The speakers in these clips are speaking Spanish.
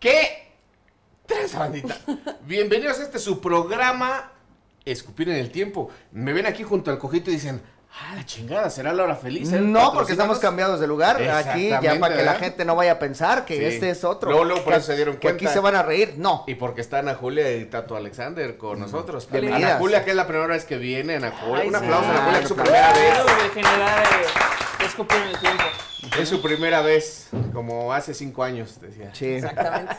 ¿Qué? Tres bandita. Bienvenidos a este su programa Escupir en el tiempo. Me ven aquí junto al cojito y dicen, ah, la chingada, será la hora feliz. ¿eh? No, porque Patrocínanos". estamos cambiados de lugar aquí, ya para que Exactamente, la ¿verdad? gente no vaya a pensar que Sí. este es otro. Luego, luego por Que- eso se dieron que aquí cuenta. se van a reír, no. Y porque están Ana Julia y Tato Alexander con nosotros. Bienvenidas. Ana Julia, que es la primera vez que viene, Ana Julia. Ay, Un sí. aplauso a Ana Julia, que es su primera vez. Desde general eh, de escupir en el tiempo. Es su primera vez, como hace cinco años, decía. Sí. Exactamente.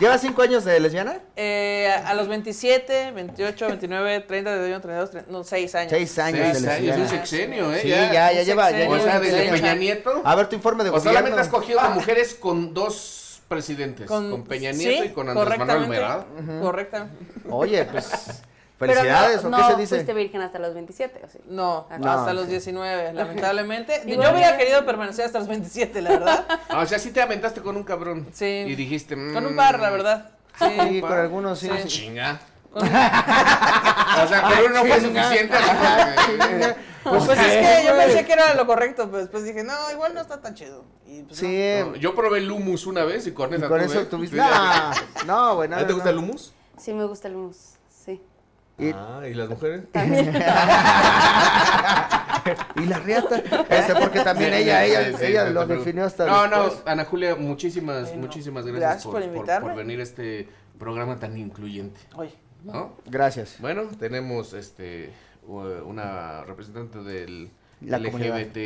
¿Llevas cinco años de lesbiana? Eh, a a los 27, 28, 29, 30, 31, 32, 30, no, 6 años. Seis años de Seis años, lesbiana. un sexenio, ¿eh? Sí, ya, ya lleva. ya sexenio. O lleva sea, un desde sexenio. Peña Nieto. A ver tu informe de O gobierno. Ah. solamente has cogido a mujeres con dos presidentes, con, Peña Nieto sí, y con Andrés Manuel correctamente, Merado. Correctamente. Oye, pues. Pero Felicidades, no, ¿o qué no se dice? fuiste virgen hasta los 27, ¿o sí? No, No, hasta sí. los 19, lamentablemente. Digo, Yo hubiera ya- querido permanecer hasta los 27, la verdad. Ah, o sea, sí te aventaste con un cabrón. Sí. Y dijiste. mm, Con un par, la verdad. Sí, Sí. con algunos sí. ah, sí. chinga. o sea, con uno no fue chinga. suficiente. así como que- Pues, Ok, es que yo güey. pensé que era lo correcto, pero después dije, no, igual no está tan chido. Y pues, no. Sí, eh, No, yo probé el humus una vez y con y esa con tuve- eso tuviste. tuve- ¿A Nah, No, bueno. ti te gusta el humus? Sí, me gusta el humus. Sí. Ah, ¿y las mujeres? Y la riata. Este, porque también ella, ella, Sí, sí, ella sí, lo sí, sí. definió hasta. No, después. no, Ana Julia, muchísimas, Bueno, muchísimas gracias, gracias por, por invitarme. por venir a este programa tan incluyente, Oye, ¿no? Gracias. Bueno, tenemos este u- una representante del La comunidad. LGBT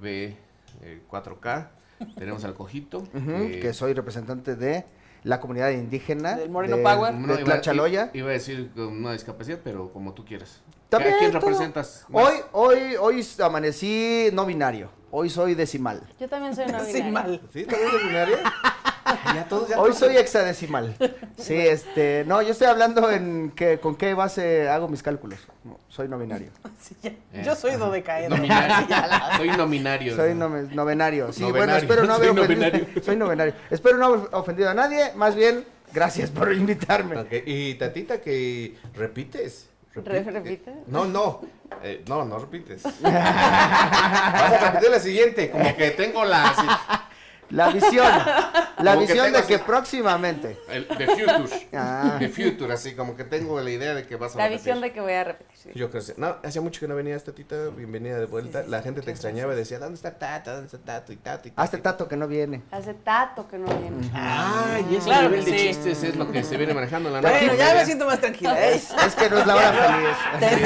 B, eh, 4K. Tenemos al Cojito. Ujú, que- que soy representante de la comunidad indígena. Del Moreno de- Power. no, De iba- Tlachaloya. i- Iba a decir con una discapacidad, pero como tú quieras. También ¿A quién todo. representas? más? Hoy, hoy, hoy amanecí no binario. Hoy soy decimal. Yo también soy una sin mal. ¿Sí? ¿También de binario? ya todos, ya Hoy todos. soy hexadecimal. Sí, este, no, yo estoy hablando en que con qué base hago mis cálculos. No, soy no binario. Sí, ya. Eh, Yo soy dodecaedro. Nominario. soy nominario. Soy ¿no? nome- novenario. Sí, bueno, Novenario. espero no haber Soy ofendido. novenario. Soy novenario. Espero no haber ofendido a nadie, más bien gracias por invitarme. Ok, Y Tatita, que repites. Re- ¿repite? No, no. Eh, no, no repites. Vas a repetir la siguiente. Como Como que tengo la... sí, La visión. La Como que visión tengo de que así- próximamente. El, the Future. Ah. The Future, así como que tengo la idea de que vas a La repetir. visión de que voy a repetir. sí. yo creo que no, hacía mucho que no venías, Tatita. Bienvenida de vuelta. La gente te extrañaba. Decía, ¿dónde está Tata? ¿Dónde está Tato? Y Tato. Y Hazte tato que no viene. Hace tato que no viene. Ah, y ese Claro nivel que de sí. chistes es lo que se viene manejando en la noche. Bueno, ya me siento más tranquila. ¿eh? Es que no es la hora feliz.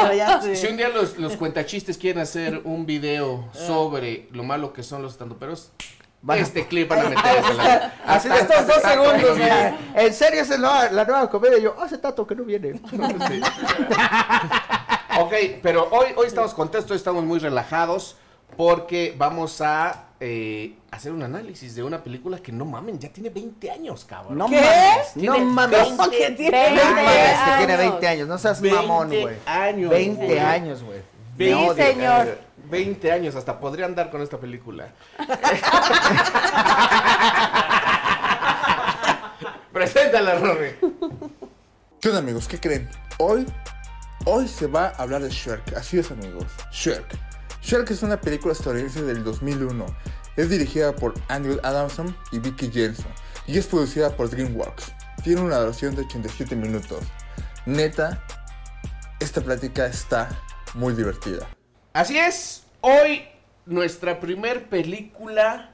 Pero ya sí. Si un día los, los cuentachistes quieren hacer un video sobre lo malo que son los estandoperos, Van a- este clip van a meter. Así de estos dos segundos, mira. En serio, esa es la, la nueva comedia. Yo, hace tato que no viene. Ok, pero hoy, hoy estamos contentos, hoy estamos muy relajados porque vamos a eh, hacer un análisis de una película que no mamen, ya tiene 20 años, cabrón. No ¿Qué? mames. No Tiene mames. ¿Cómo que tiene? No mames, que tiene años. 20 años. No seas 20 mamón, güey. años, 20 güey. años, güey. Ve- Sí, me odio, señor. cabrón. 20 años, hasta podría andar con esta película. Preséntala, Rory. ¿Qué onda amigos? ¿Qué creen? Hoy, hoy se va a hablar de Shrek. Así es amigos, Shrek. Shrek es una película estadounidense del 2001. Es dirigida por Andrew Adamson y Vicky Jensen. Y es producida por DreamWorks. Tiene una duración de 87 minutos. Neta, esta plática está muy divertida. Así es, hoy nuestra primer película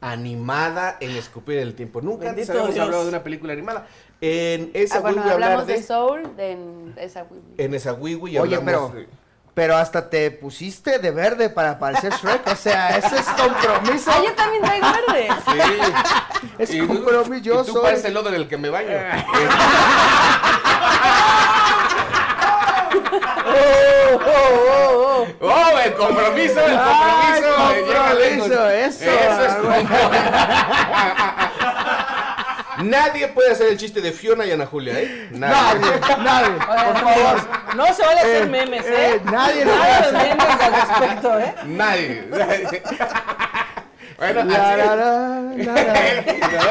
animada en Escupir el Tiempo. Nunca antes Bendito habíamos Dios. hablado de una película animada. En esa Ah, bueno, Wiwi hablar hablamos de... de Soul, de en- esa Wiwi. En esa Wiwi y Oye, hablamos pero. de- Pero hasta te pusiste de verde para parecer Shrek. O sea, ese es compromiso. Ah, yo también traigo verde. Sí. Es Y tú- compromiso, yo y tú soy- pareces el lodo en el que me baño. Eh, Oh, oh, oh, oh. ¡Oh, el compromiso! ¡El Ay, compromiso! eh, llega lejos. compromiso, eso, es güey. como- Nadie puede hacer el chiste de Fiona y Ana Julia, ¿eh? Nadie. Nadie, nadie, por favor. No se vale hacer Eh, memes, eh, ¿eh? nadie lo Nada hace. de memes al respecto, ¿eh? Nadie. bueno, La, así- la, la, la,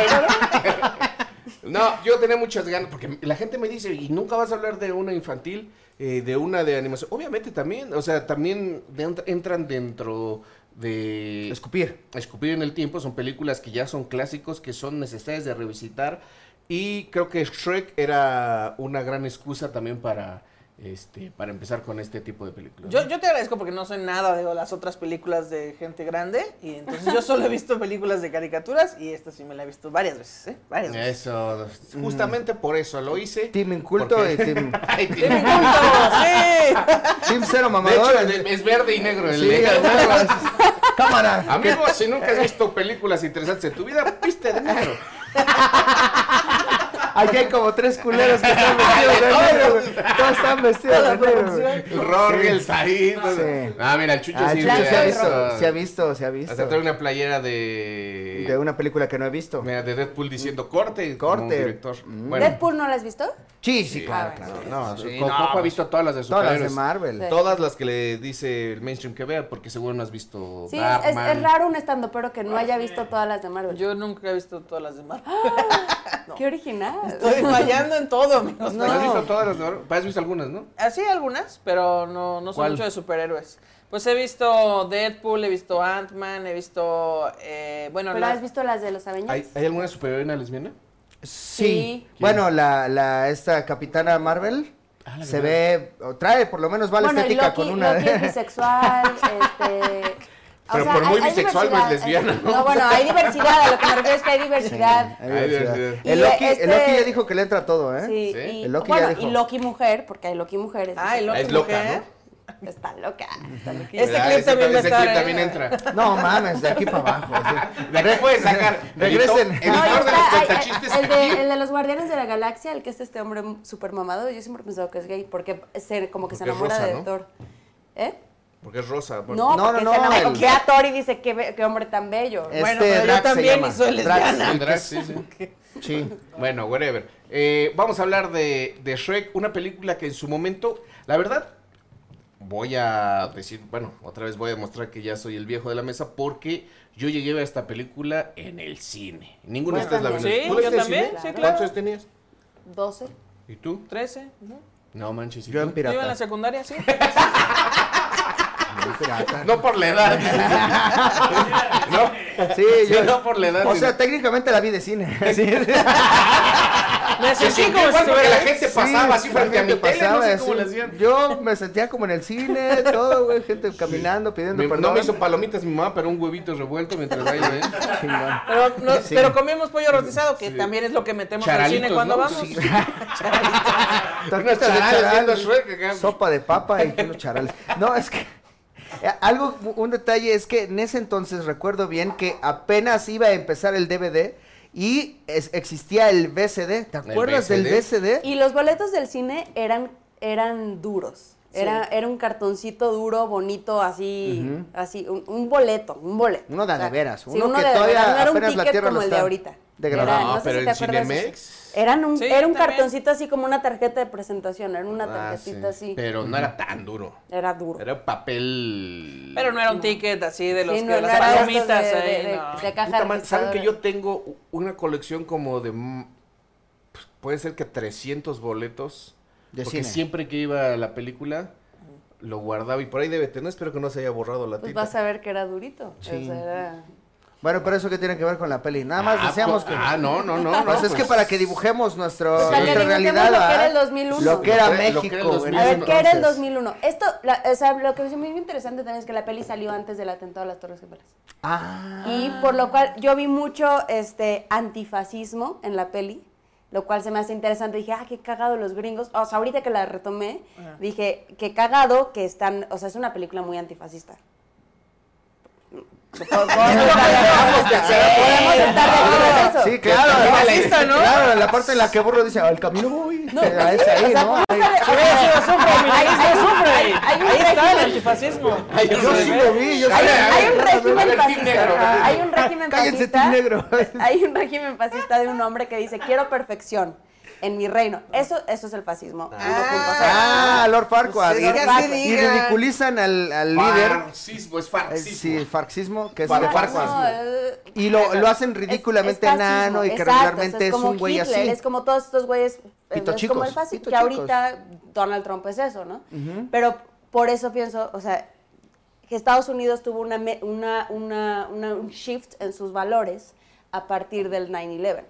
la. No, yo tenía muchas ganas, porque la gente me dice, y nunca vas a hablar de una infantil, eh, de una de animación. Obviamente también, o sea, también dent- entran dentro de... Escupir. Escupir en el tiempo son películas que ya son clásicos, que son necesarias de revisitar. Y creo que Shrek era una gran excusa también para, este, para empezar con este tipo de películas. Yo, ¿no? yo te agradezco porque no sé nada de las otras películas de gente grande y entonces yo solo he visto películas de caricaturas y esta sí me la he visto varias veces, ¿eh? Varias veces. Eso, justamente Mm. por eso lo hice. Team inculto Porque- y team, Ay, ¡Qué tiene- culto! ¡Sí! team cero De hecho, mamador. el- es verde y negro el Sí, de- a huevo. Cámara. Amigos, si nunca has visto películas interesantes en tu vida, viste de negro. Aquí hay como tres culeros que están vestidos de negro. güey. Todos están vestidos de negro. güey. El Rory, el Said. Sí. Ah, mira, el Chucho Ah, sí Chucho mira, se ha eso. visto, se ha visto, se ha visto. Hasta trae una playera de. De una película que no he visto. mira, de Deadpool diciendo corte. como Corte. director. Mm. Bueno, ¿Deadpool no la has visto? Sí, sí, Ah, claro, claro. bueno. No, Sí, Co- no, Coco ha pues, visto todas las de Todas las de superhéroes. Marvel. Sí. Todas las que le dice el mainstream que vea, porque seguro no has visto. Sí, es, es- Darkman. es raro un estando, pero que no haya visto todas las de Marvel. Yo nunca he visto todas las demás. Qué original. Estoy fallando en todo, amigos. ¿No Pues, has visto todas las de Marvel? Has visto algunas, ¿no? Así algunas, pero no, no soy ¿Cuál? mucho de superhéroes. Pues he visto Deadpool, he visto Ant-Man, he visto... eh, bueno, ¿Pero la- has visto las de los ¿Hay, Avengers? ¿hay alguna superheroína lesbiana? Sí. Sí. Bueno, la, la, esta capitana Marvel Ah, la se verdad. ve, o trae por lo menos va la bueno, y estética Loki, con una Loki es de. bisexual, este... o Pero por muy hay- hay bisexual no es diversidad, lesbiana, eh, No, bueno, hay diversidad, a lo que me refiero es que hay diversidad. Hay diversidad. diversidad. El Y Loki, este- el Loki ya dijo que le entra todo, ¿eh? Sí, Sí. y, El Loki ya bueno, dijo. y Loki mujer, porque hay Loki mujeres. Ah, el Ah, Loki es loca, Mujer. Está loca, está loquísima. Ese Ah, clip ese también va a ese estar, clip ¿eh? también entra. No mames, de aquí para abajo. sí. De aquí puedes sacar. Regresen. Editor, Eh, No, y editor de está- los hay- cuentachistes el, de, aquí. el de los Guardianes de la Galaxia, el que es este hombre super mamado, yo siempre he pensado que es gay, porque se, como que se Porque es enamora rosa, de ¿no? Thor. ¿Eh? Porque es rosa. No, bueno. No, porque no, se no, enamora. el- Ve a Thor y dice, qué, be- qué hombre tan bello. Este Bueno, pero yo Drax se también llama. soy lesbiana. El drag, sí, sí. Sí. Bueno, whatever. Eh, vamos a hablar de, de Shrek, una película que en su momento, la verdad, voy a decir, bueno, otra vez voy a mostrar que ya soy el viejo de la mesa porque yo llegué a esta película en el cine. Ninguno de ustedes la vio. también. Sí, ¿Tú la yo viste en también, cine? sí, claro. ¿Cuántos años tenías? 12. ¿Y tú? 13. ¿no? No manches. ¿y Yo tú? en Yo iba en la pirata. secundaria, sí. yo en pirata. No por la edad. no, Sí, sí, yo. no pues, por la edad. o sino- sea, técnicamente la vi de cine. Sí. Me Se sentí sintió como igual si porque estuviera- la gente pasaba así frente a mi tele, no sé cómo le hacían. Yo me sentía como en el cine, todo, güey, gente caminando, pidiendo Mi- perdón. no me hizo palomitas mi mamá, pero un huevito revuelto mientras baila, ¿eh? Chingón. Pero, no- Sí. pero comimos pollo rostizado, que Sí. también es lo que metemos al Charalitos, cine cuando ¿no? vamos. Sí. Tortitas de Unas charales charal, viendo Shrek acá. sopa de papa y unos charales. No, es que eh, algo, un detalle es que en ese entonces recuerdo bien que apenas iba a empezar el DVD y es- existía el VCD. ¿Te acuerdas del VCD? VCD? Y los boletos del cine eran, eran duros. Sí. Era, era un cartoncito duro, bonito, así, así, un, un boleto, un boleto. Uno de O sea, veras, sí, uno que todavía veras, no era un apenas la ticket tierra como lo el de está ahorita. degradando. Era- Ah, No, no sé pero si el te acuerdas de Cinemex. esos. Eran un, Sí, era un también. cartoncito así como una tarjeta de presentación, era una Ah, tarjetita sí. así. Pero no era tan duro. Era duro. Era papel. Pero no era un ticket así de los Sí, que no, no las era de palomitas estos de- ahí, de- de- no. de caja Puta madre, ¿Saben que registradora? yo tengo u- una colección como de. mm, pues, Puede ser que 300 boletos. De porque cine. siempre que iba a la película, lo guardaba. Y por ahí debe tener. Espero que no se haya borrado la Pues tinta. vas a ver que era durito. o sea, Sí. era- Bueno, pero eso que tiene que ver con la peli. Nada más Ah, deseamos pues- que. Ah, no, no, no. no Pues es que pues, para que dibujemos nuestro, Para que nuestra dibujemos realidad. lo que ¿verdad? era el 2001. Lo que era Lo que- lo que era el México. güey, en A ese ver, ¿qué era el entonces. 2001? Esto, la- o sea, lo que es muy interesante también es que la peli salió antes del atentado a las Torres Gemelas. Ah. Y por lo cual yo vi mucho este antifascismo en la peli, lo cual se me hace interesante. Dije, ah, qué cagado los gringos. O sea, ahorita que la retomé, dije, qué cagado que están. O sea, es una película muy antifascista. Podemos estar de acuerdo en eso. Sí, claro. Que te la- racista, ¿no? Claro, la parte en la que burro dice, al camino voy. No, es ahí, ¿no? Ahí sí lo sufre, Hay- mi país hay- lo sufre. hay- hay un Ahí está el régimen. antifascismo. Ay, yo Yo sí lo vi, yo sí Hay, lo vi. hay un régimen Team negro. fascista. Hay un régimen Cállense, fascista. team negro. Hay un régimen fascista de un hombre que dice, quiero perfección en mi reino. Eso, eso es el fascismo. Ah, Digo, con pasar. ah, Ah, Lord Farquaad. Pues y, es que así y digan. ridiculizan al, al líder. Farcismo, es eh, farcismo. Sí, farxismo, que es Far- el Farquaad. Farquaad. eh, Y lo- lo hacen ridículamente enano y que regularmente es un güey así. Es como todos estos güeyes. eh, Pito es chicos, como el fácil. pito Que chicos. ahorita Donald Trump es eso, ¿no? Pero por eso pienso, o sea, que Estados Unidos tuvo una, me- una, una, una- un shift en sus valores a partir del 9-11.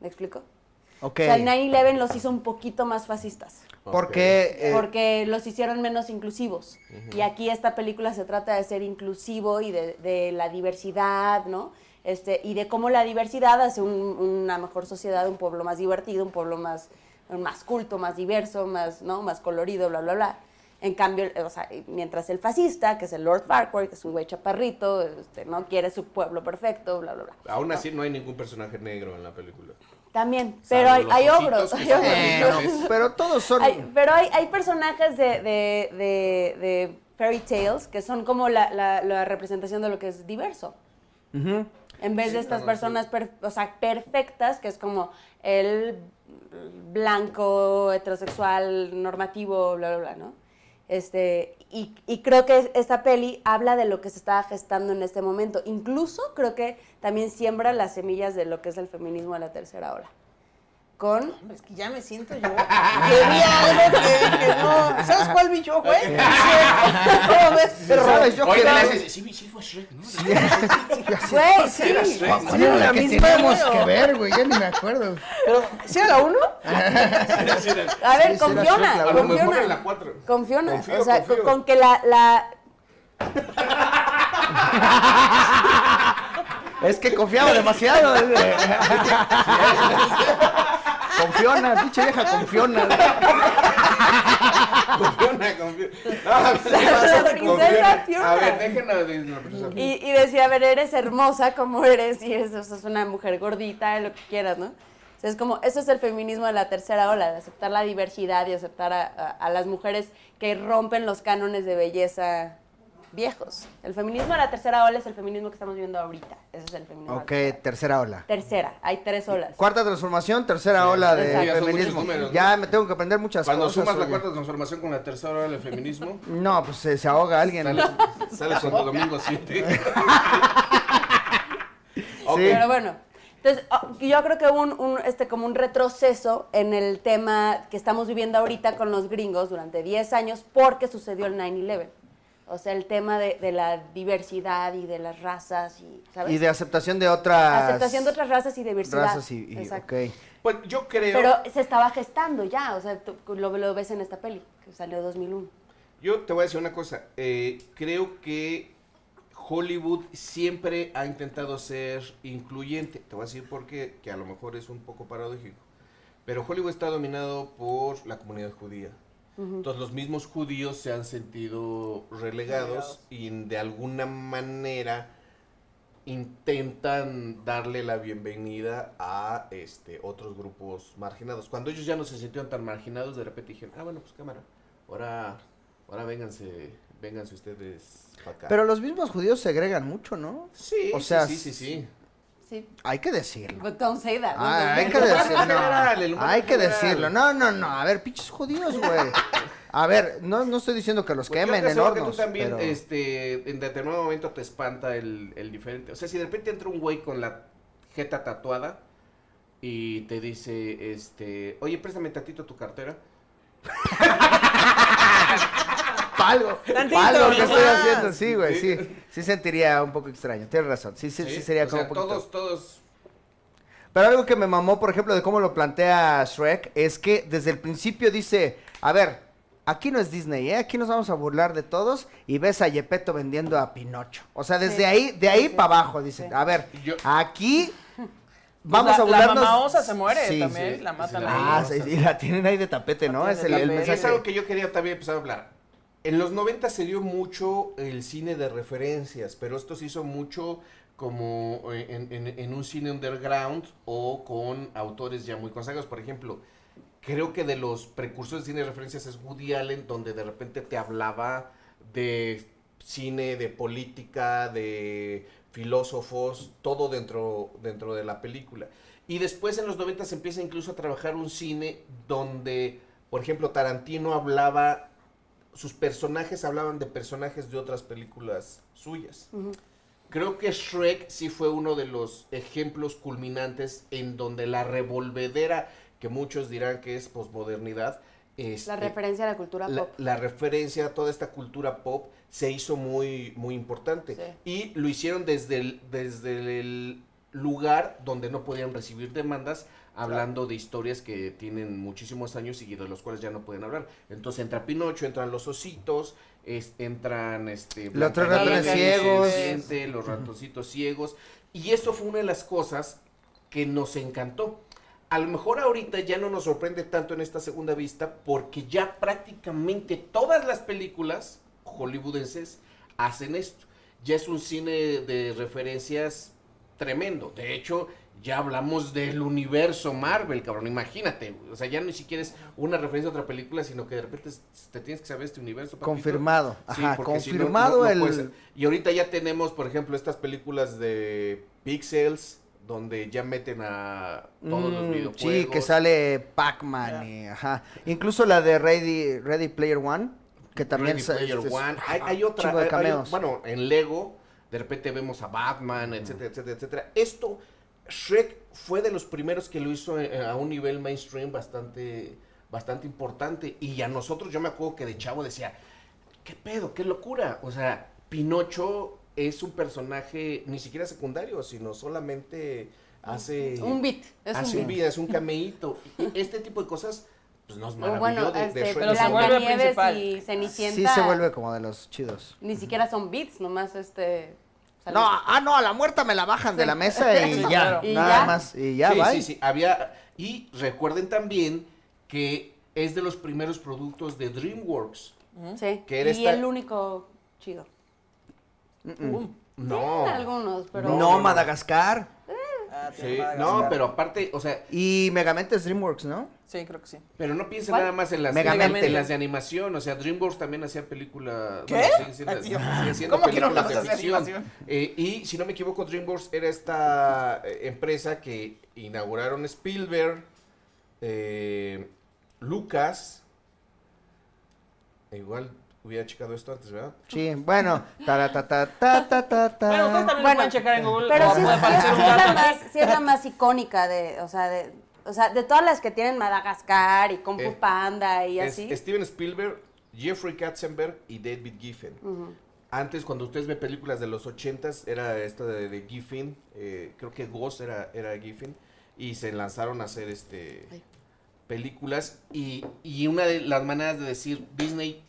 ¿Me explico? Ok. O sea, el 9-11 los hizo un poquito más fascistas. Porque. eh, Porque los hicieron menos inclusivos. Y aquí esta película se trata de ser inclusivo y de, de la diversidad, ¿no? Este, y de cómo la diversidad hace un- una mejor sociedad, un pueblo más divertido, un pueblo más, más culto, más diverso, más, ¿no? más colorido, bla, bla, bla. En cambio, eh, o sea, mientras el fascista, que es el Lord Farquhar, que es un güey chaparrito, este, no quiere su pueblo perfecto, bla, bla, bla. Aún así no hay ningún personaje negro en la película. También, Salvo pero hay, los hay ogros. ositos, que hay son ogros. bonitos. eh, no, pero todos son. Hay- pero hay, hay personajes de, de- de- de fairy tales que son como la, la- la representación de lo que es diverso. Ujú. En vez de estas personas per- o sea, perfectas, que es como el blanco, heterosexual, normativo, bla, bla, bla, ¿no? Este, y, y creo que esta peli habla de lo que se está gestando en este momento. Incluso creo que también siembra las semillas de lo que es el feminismo de la tercera ola. Con Hombre, Es que ya me siento yo. Que vi algo que, que no. ¿Sabes cuál vi yo, güey? ¿Cómo ves? Pero- ¿Sabes? Pues Yo Oye, quiero- le haces, sí, sí fue Shrek, ¿no? Güey, sí. Sí, era la ¿Qué misma, teníamos güey, que o- ver, güey? Ya ni me acuerdo. Pero, ¿sí era la uno? A ver, Sí, sí, la confiona, Shrek, A la- lo mejor confiona. en la 4. Confiona. Confío, o sea, confío. con, con que la, la- Es que confiaba demasiado. confiona, pinche vieja, confiona. Confiona, confiona. Ah, princesa confiona. Fiona. A ver, déjenla de la princesa Fiona. Y, y decía, a ver, eres hermosa como eres y eres, o sea, es una mujer gordita, lo que quieras, ¿no? O sea, es como, eso es el feminismo de la tercera ola, de aceptar la diversidad y aceptar a, a- a las mujeres que rompen los cánones de belleza viejos. El feminismo de la tercera ola es el feminismo que estamos viviendo ahorita. Ese es el feminismo. de la Ok, tercera ola. Tercera, hay tres olas. Cuarta transformación, tercera ola de Exacto. Ya son muchos feminismo. números, ¿no? ya me tengo que aprender muchas Cuando cosas. sumas la oye. cuarta transformación con la tercera hora del feminismo, No, pues se, se ahoga alguien. sales, sales con tu domingo 7. Ok. Sí. Pero bueno, entonces o- yo creo que hubo un, un, este, como un retroceso en el tema que estamos viviendo ahorita con los gringos durante 10 años porque sucedió el 9-11. O sea, el tema de, de la diversidad y de las razas y, ¿sabes? Y de aceptación de otras. Aceptación de otras razas y diversidad. razas y, y- Exacto. ok. Pues yo creo. Pero se estaba gestando ya, o sea, tú lo, lo ves en esta peli que salió en 2001. Yo te voy a decir una cosa. eh, creo que Hollywood siempre ha intentado ser incluyente. Te voy a decir por qué, que a lo mejor es un poco paradójico. Pero Hollywood está dominado por la comunidad judía. Entonces los mismos judíos se han sentido relegados y de alguna manera intentan darle la bienvenida a este otros grupos marginados. Cuando ellos ya no se sentían tan marginados, de repente dijeron, ah, bueno, pues cámara, ahora, ahora vénganse, vénganse ustedes para acá. Pero los mismos judíos segregan mucho, ¿no? sí, o sí, sea, sí, sí, sí. Sí. Hay que decirlo. But don't say that. Ah, hay que humor general, el decirlo. humor Hay que general. decirlo. No, no, no. A ver, pinches judíos, güey. A ver, no, no estoy diciendo que los Pues yo quemen te en aseguro que hornos. tú también, pero- este, en determinado momento te espanta el, el diferente. O sea, si de repente entra un güey con la jeta tatuada y te dice, este, oye, préstame tantito tu cartera. Palgo, Tantito, Ah. palgo que estoy nomás. haciendo, sí, güey, sí, sí sentiría un poco extraño, tienes razón, sí, sí, sí, sería ¿Eh? o como sea, un poquito. todos, todos Pero algo que me mamó, por ejemplo, de cómo lo plantea Shrek, es que desde el principio dice, a ver, aquí no es Disney, ¿eh? Aquí nos vamos a burlar de todos y ves a Yepeto vendiendo a Pinocho. O sea, desde Sí. ahí, de ahí sí. para abajo, dice, Sí. a ver, Yo- aquí vamos Pues la- a burlarnos. La mamá osa se muere Sí, también, sí. la matan sí, ahí. Ah, sí, sí, la tienen ahí de tapete, ¿no? La Es el, tienen el de tapete. Y es mensaje. algo que yo quería también empezar a hablar. En los 90 se dio mucho el cine de referencias, pero esto se hizo mucho como eh, en, en- en un cine underground o con autores ya muy consagrados. Por ejemplo, creo que de los precursores de cine de referencias es Woody Allen, donde de repente te hablaba de cine, de política, de filósofos, todo dentro, dentro de la película. Y después en los 90 se empieza incluso a trabajar un cine donde por ejemplo, Tarantino hablaba, sus personajes hablaban de personajes de otras películas suyas. Creo que Shrek sí fue uno de los ejemplos culminantes en donde la revolvedera, que muchos dirán que es posmodernidad, La este, referencia a la cultura la, pop. la referencia a toda esta cultura pop se hizo muy, muy importante. Y lo hicieron desde el, desde el lugar donde no podían recibir demandas, hablando de historias que tienen muchísimos años y de los cuales ya no pueden hablar. Entonces entra Pinocho, entran los ositos, es- entran este Los Blancanieves, tres ratones el ciegos. Ceniciente, los ratoncitos ciegos. Y eso fue una de las cosas que nos encantó. A lo mejor ahorita ya no nos sorprende tanto en esta segunda vista porque ya prácticamente todas las películas hollywoodenses hacen esto. Ya es un cine de referencias tremendo. De hecho, ya hablamos del universo Marvel, cabrón. Imagínate. güey. O sea, ya ni siquiera es una referencia a otra película, sino que de repente es- te tienes que saber este universo. papito. Confirmado. Sí, Ajá, porque si no, confirmado no- no puede ser. el. Y ahorita ya tenemos, por ejemplo, estas películas de Pixels, donde ya meten a todos los Mm, videojuegos. sí, que sale Pac-Man y ajá. Incluso la de Ready, Ready Player One, que también Ready sa- Player es- es- One. Hay, hay un otra. chingo de hay- hay- cameos. Mm. bueno, en Lego, de repente vemos a Batman, etcétera, etcétera, etcétera. Esto, Shrek fue de los primeros que lo hizo eh, a un nivel mainstream bastante, bastante importante. Y a nosotros, yo me acuerdo que de chavo decía, ¿qué pedo? ¿Qué locura? O sea, Pinocho es un personaje ni siquiera secundario, sino solamente hace Un beat. Ah, Es hace un un beat. vida, es un cameíto. Este tipo de cosas pues nos O maravilló bueno, de, de este, Shrek. pero se vuelve Blancanieves principal. y Cenicienta. Sí se vuelve como de los chidos. Ni siquiera son beats, nomás este. No, ah, no, a la muerta me la bajan de la mesa y Sí, ya. claro. Y nada ya. más. Y ya, sí, bye. sí, sí, había y recuerden también que es de los primeros productos de DreamWorks. Sí. Que era y esta- el único chido. Mm. No. Tienen algunos, pero. No, Madagascar. Ah, Sí, tiene Madagascar. no, pero aparte, o sea, Y Megamente es DreamWorks, ¿no? Sí, creo que sí. pero no piensen ¿Cuál? nada más en las, Megamente. en las de animación, o sea, DreamWorks también hacía películas. ¿Qué? bueno, sigue siendo- Ah, tío. sigue siendo ¿Cómo que no películas de vamos a hacer ficción. animación? Eh, y si no me equivoco, DreamWorks era esta eh, empresa que inauguraron Spielberg, eh, Lucas. Igual hubiera checado esto antes, ¿verdad? Sí, bueno. taratatatatatatá. Bueno, ustedes también lo Bueno, pues, pueden checar en Google. Pero o sí, es- puede sí es, aparecer un sí es la dato. más, sí es la más icónica de, o sea, de, o sea, de todas las que tienen Madagascar y Kung Fu Eh, Panda y Es así. Steven Spielberg, Jeffrey Katzenberg y David Giffen. Antes, cuando ustedes ven películas de los 80s, era esta de, de Giffen. eh, creo que Ghost era, era Giffen. Y se lanzaron a hacer este películas. Y, y una de las maneras de decir Disney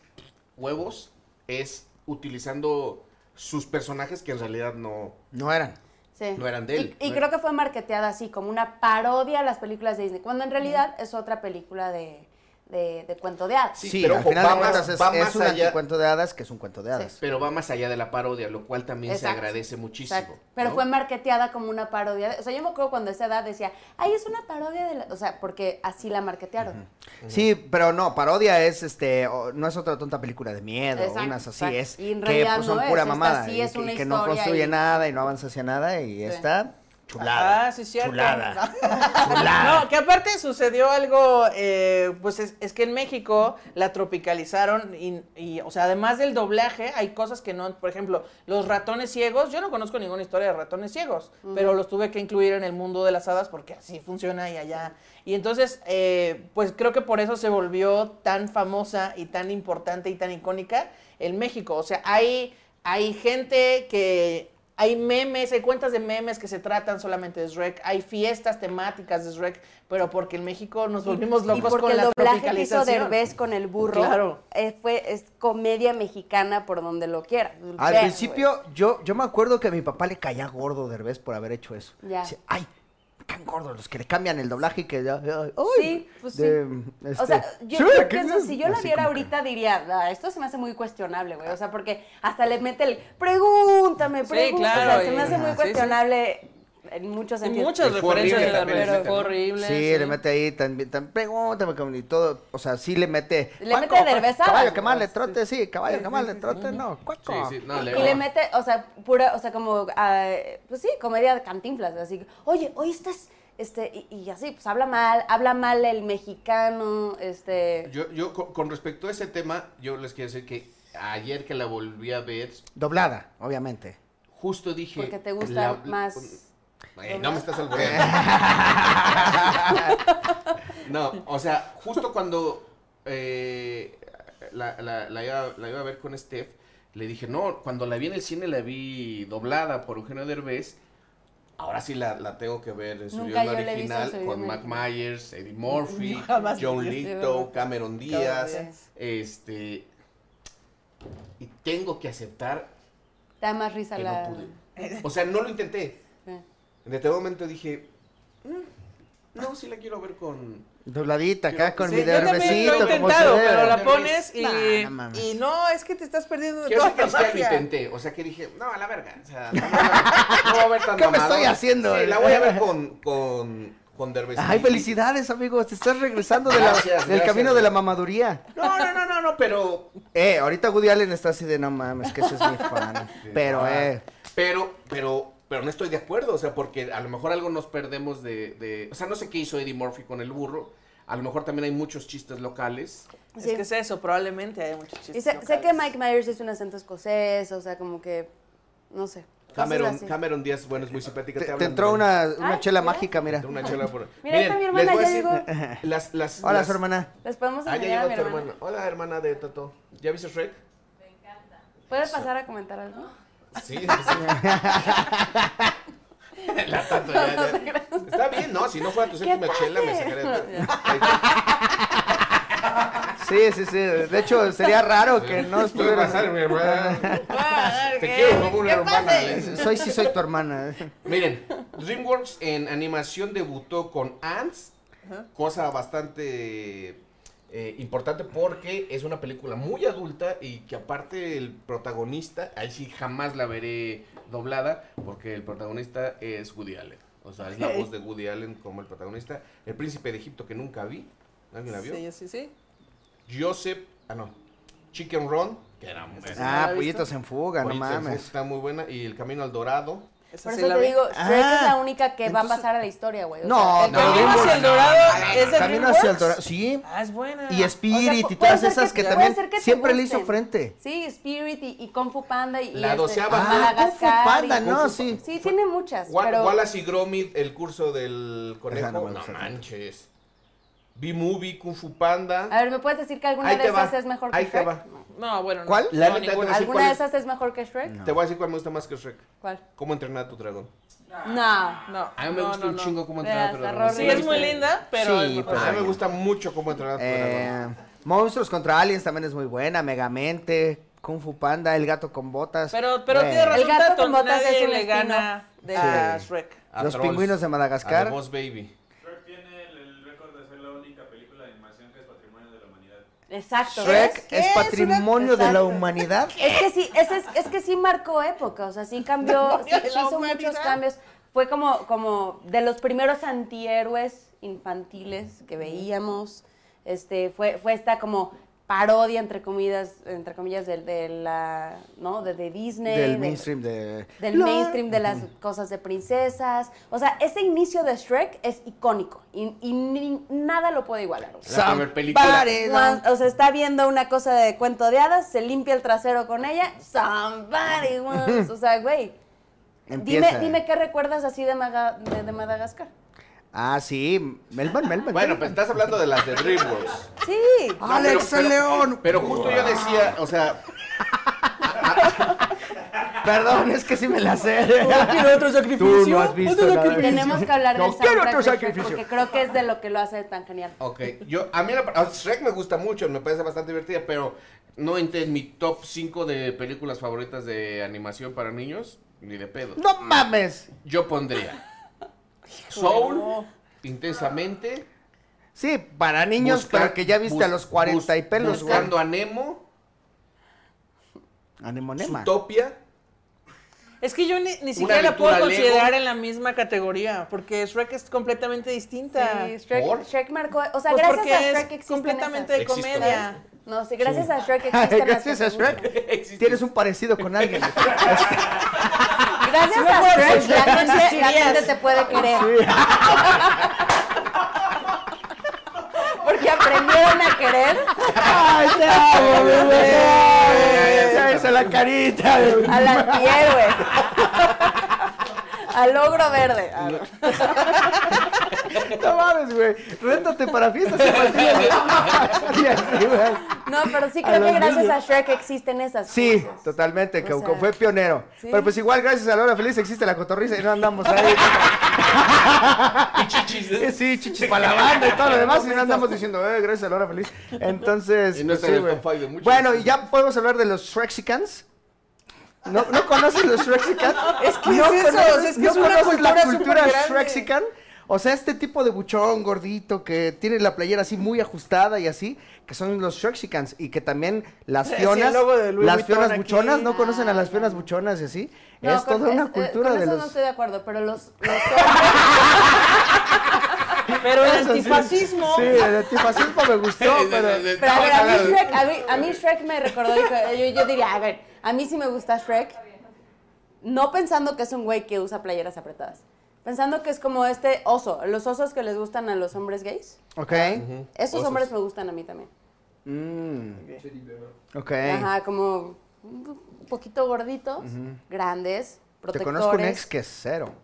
huevos es utilizando sus personajes que en realidad no. No eran. Sí. no eran de él, Y, y no creo que fue marketeada así, como una parodia a las películas de Disney, cuando en realidad es otra película de, de, de cuento de hadas. Sí, Sí, pero al ojo, final va de más- cuentas es, va es más un allá. anticuento de hadas que es un cuento de hadas. Pero va más allá de la parodia, lo cual también se Exacto, agradece muchísimo. Exacto. Pero ¿no? fue marketeada como una parodia. de- o sea, yo me acuerdo cuando a esa edad decía, ay, es una parodia de la... O sea, porque así la marketearon. Sí, pero no, parodia es este, o- no es otra tonta película de miedo, Exacto, unas así exacto. es, Y en que realidad pues, son no es, pura esta mamada, sí y es que, una que no historia construye y- nada y no avanza hacia nada y está chulada. Ah, sí, cierto. Chulada. No, que aparte sucedió algo, eh, pues es, es que en México la tropicalizaron y, y, o sea, además del doblaje, hay cosas que no, por ejemplo, los ratones ciegos, yo no conozco ninguna historia de ratones ciegos, pero los tuve que incluir en el mundo de las hadas porque así funciona y allá. Y entonces, eh, pues creo que por eso se volvió tan famosa y tan importante y tan icónica en México. O sea, hay, hay gente que hay memes, hay cuentas de memes que se tratan solamente de Shrek, hay fiestas temáticas de Shrek, pero porque en México nos volvimos y pues locos porque con el la doblaje que hizo tropicalización. Derbez con el burro Claro. eh, fue, es comedia mexicana por donde lo quiera. Al Ver, principio yo, yo me acuerdo que a mi papá le caía gordo Derbez por haber hecho eso. Ya. Dice, ay, me caen gordos los que le cambian el doblaje y que ya, ay, Sí, pues sí. de, este, o sea, yo, sí, yo que- pienso, si yo la así viera como que- ahorita diría, "Ah, esto se me hace muy cuestionable, güey. O sea, porque hasta le mete el pregúntame, Sí, pregúntame. claro, o sea, se me y- hace muy ajá, sí, sí. cuestionable en muchos En sentidos. muchas Y fue referencias de horrible la también, pero la neta, fue ¿no? horrible. Sí, le mete ahí también, también, pregúntame cabrón, y todo, o sea, sí le mete. Le mete "Cuaco, derbezadas, Caballo que mal ¿no? le trote, sí, caballo que mal le trote, no, cuaco. Sí, sí, no, Y le mete, o sea, pura, o sea, como, ah, pues sí, comedia de cantinflas, así, oye, hoy estás Este, y, y así, pues habla mal, habla mal el mexicano, este... Yo, yo co- con respecto a ese tema, yo les quiero decir que ayer que la volví a ver, Doblada, obviamente. justo dije... Porque te gusta la- más- Eh, no me estás albureando. no, o sea, justo cuando eh, la, la- la iba, la iba a ver con Steph, le dije, no, cuando la vi en el cine la vi doblada por Eugenio Derbez, ahora sí la, la tengo que ver en su Nunca idioma yo la he visto en original su con idioma Mac Myers, Eddie Murphy, Yo jamás John vi este Lithgow, idioma. Cameron Díaz, Díaz. este... Y tengo que aceptar Te da más risa que la... Eh. no pude. O sea, no lo intenté. Sí. En este momento dije, "Mm, no, sí la quiero ver con... Dobladita acá con Sí, mi yo también derbecito. lo he como intentado, se debe. pero la Derbez. pones y y Nah, no no, mames. es que te estás perdiendo de Quiero toda decir que la ni siquiera lo magia. intenté. O sea, que dije, no, a la verga. O sea, no, no, no voy a ver tan ¿Qué me mamador". estoy haciendo? Sí, la voy a ver con, con, con Derbez. Ay, felicidades, amigos. Te estás regresando de la- Gracias, del gracias. camino de la mamaduría. No, no, no, no, no, pero... Eh, ahorita Woody Allen está así de no mames, que ese es mi fan. Pero, eh. Ah, Pero, pero, pero no estoy de acuerdo. O sea, porque a lo mejor algo nos perdemos de... de- o sea, no sé qué hizo Eddie Murphy con el burro. A lo mejor también hay muchos chistes locales. Sí. Es que es eso, probablemente hay muchos chistes. Y sé, sé locales. que Mike Myers es un acento escosés, o sea, como que, no sé. cosas Cameron, así. Cameron Díaz, bueno, es muy simpática. Te, te hablan entró bien. una, una Ay, chela mira. mágica, mira. De una chela por- Mira, ahí está mi hermana, les voy a ya Las, las, Hola, las- su hermana. Les podemos Ah, ya enseñar a llegó mi tu hermana. hermana. Hola, hermana de Toto. ¿Ya viste Shrek? ¿Puedes pasar a comentar algo? Sí, sí. La Tato ya, ya. Está bien, ¿no? Si no fuera tu séptima chela, me sacaría de... Sí, sí, sí. De hecho, sería raro que no Puede pasar, estuviera. mi hermana. Ah, Te ¿qué? quiero como una ¿Qué hermana, pasa? le dice. Soy, sí, soy tu hermana. Miren, DreamWorks en animación debutó con Ants, cosa bastante eh, importante porque es una película muy adulta y que aparte el protagonista, ahí sí jamás la veré doblada porque el protagonista es Woody Allen. O sea, es la Ok. voz de Woody Allen como el protagonista. El príncipe de Egipto que nunca vi. ¿Alguien la vio? Sí, sí, sí. Joseph, ah no, Chicken Run, que era muy la Ah, he visto. pollitos en fuga, no mames. Está muy buena. Y El Camino al Dorado. Esa Por sí eso la te vi. digo, Shrek es Ah, la única que va a entonces- pasar a la historia, güey. o No, sea, el no, que- no, Camino no, hacia el no, dorado no, no, es Camino de hacia el DreamWorks? dorado. Sí. Ah, es buena. Y o Spirit sea, y pu- todas puede ser esas que- que puede también ser que te siempre le hizo gusten. frente. Sí, Spirit y, y Kung Fu Panda y, y La este, doceava. Ah, Madagascar. Kung Fu Panda, y- no, sí. Sí, tiene muchas, Wa- pero... Wallace y Gromit, el curso del conejo. Esa no No, me gusta tanto. manches. B-Movie, Kung Fu Panda. A ver, ¿me puedes decir que alguna Ahí de te va, esas es mejor que ahí te Shrek? va. No, bueno. no. ¿Cuál? La No, neta, te voy, a ninguna. decir ¿Alguna cuál de es- esas es mejor que Shrek? te voy a decir cuál me gusta más que Shrek. ¿Cuál? ¿Cómo entrenar a tu dragón? No. No. A mí me no, gusta no, un no. chingo cómo De entrenar a tu las dragón. Sí, es muy linda, pero. Sí, es mejor. pero- A mí me gusta mucho cómo entrenar a tu dragón. Pues Eh, Monstruos contra Aliens también es muy buena. Megamente, Kung Fu Panda, El Gato con Botas. Pero, pero Eh, tiene razón, El gato Tato, con botas nadie es un le spin-off gana de de- Sí. Shrek. A Los Trolls, pingüinos de A Madagascar. The Boss Baby. Shrek tiene el, el récord de ser la única película de animación que es patrimonio de la humanidad. Exacto. ¿ves? Shrek ¿Qué es es una- patrimonio de la Exacto. humanidad. Es que sí, es, es, es que sí marcó época, o sea, sí cambió, sí, Memoria de sí la hizo humanidad. muchos cambios. Fue como, como de los primeros antihéroes infantiles que veíamos. Este, fue, fue esta como parodia entre comillas, entre comillas de, de la, ¿no? De, de Disney. Del de- mainstream de... del mainstream de las cosas de princesas. O sea, ese inicio de Shrek es icónico y, y ni- nada lo puede igualar. o sea. La primer película. Juan- o sea, está viendo una cosa de cuento de hadas, se limpia el trasero con ella. Somebody once. O sea, güey. Dime, Empieza. dime qué recuerdas así de, Maga- de, de Madagascar. Ah, sí. Melman, Melman. Bueno, pues estás hablando de las de DreamWorks. Sí. No, pero- Alex pero- el León. Pero justo yo decía, o sea, Perdón, es que sí me la sé. ¿Quiero otro sacrificio? Tú no has visto ¿Otro nada de sacrificio? Tenemos que hablar No del quiero soundtrack otro de Shrek sacrificio. porque creo que es de lo que lo hace tan genial. Ok, yo, a mí la, a Shrek me gusta mucho, me parece bastante divertida, pero no entra en mi top 5 de películas favoritas de animación para niños, ni de pedo. No mames. Yo pondría Soul, no. intensamente, Sí, para niños, Busca- pero que ya viste bus- a los 40 y bus- pelos, güey. Buscando a Nemo, Anemonema. Zootopia, Es que yo ni, ni siquiera la puedo aventura considerar Lego. en la misma categoría, porque Shrek es completamente distinta. Sí, Shrek, ¿Por? Shrek marcó. O sea, Pues gracias porque a es Shrek existen completamente de esas. Existen. comedia. No, sí, gracias a Shrek existen Gracias a esas Shrek. películas. Existe. Tienes un parecido con alguien. Gracias no a fuera por Shrek, Shrek, no la gente, la existirías. gente te puede querer. Porque aprendieron a querer. ¡Ay, te amo, bebé! Ya ¡Esa la carita! Al antihéroe. Al ogro verde. Ah, no. No mames, güey. Réntate para fiestas y partidas. No, pero sí A creo que los gracias niños. a Shrek existen esas Sí, cosas. totalmente, que O sea, fue pionero. sí. Pero pues igual, gracias a Laura Feliz existe la cotorriza y no andamos ahí. Eh, Sí, chichis para la banda y todo lo demás y no andamos diciendo, eh, gracias a Laura Feliz. Entonces, Y no pues, está en el güey. top five de muchos. Bueno, y ya podemos hablar de los Shrexicans. ¿No, ¿No conoces los Shrexicans? Es que ¿No es eso, conoces- es que no es una conoces la cultura cultura supergrande. Shrexican? O sea, este tipo de buchón gordito que tiene la playera así muy ajustada y así, que son los Shrexicans y que también las Sí, el fionas, logo de Louis las Vuitton fionas aquí. buchonas, no Ah, conocen a las no. fionas buchonas y así. No, es con- toda este, una eh, cultura con de eso los no estoy de acuerdo, pero los, los Pero el Eso sí. antifascismo. Sí, el antifascismo me gustó, pero. Pero a ver, a mí Shrek, a mí, a mí Shrek me recordó, dijo- yo, yo diría, a ver, a mí sí me gusta Shrek, no pensando que es un güey que usa playeras apretadas, pensando que es como este oso, los osos que les gustan a los hombres gays, Ok. esos hombres me gustan a mí también. Ok. Ajá, como un poquito gorditos, grandes, Te protectores. conozco un ex que es cero.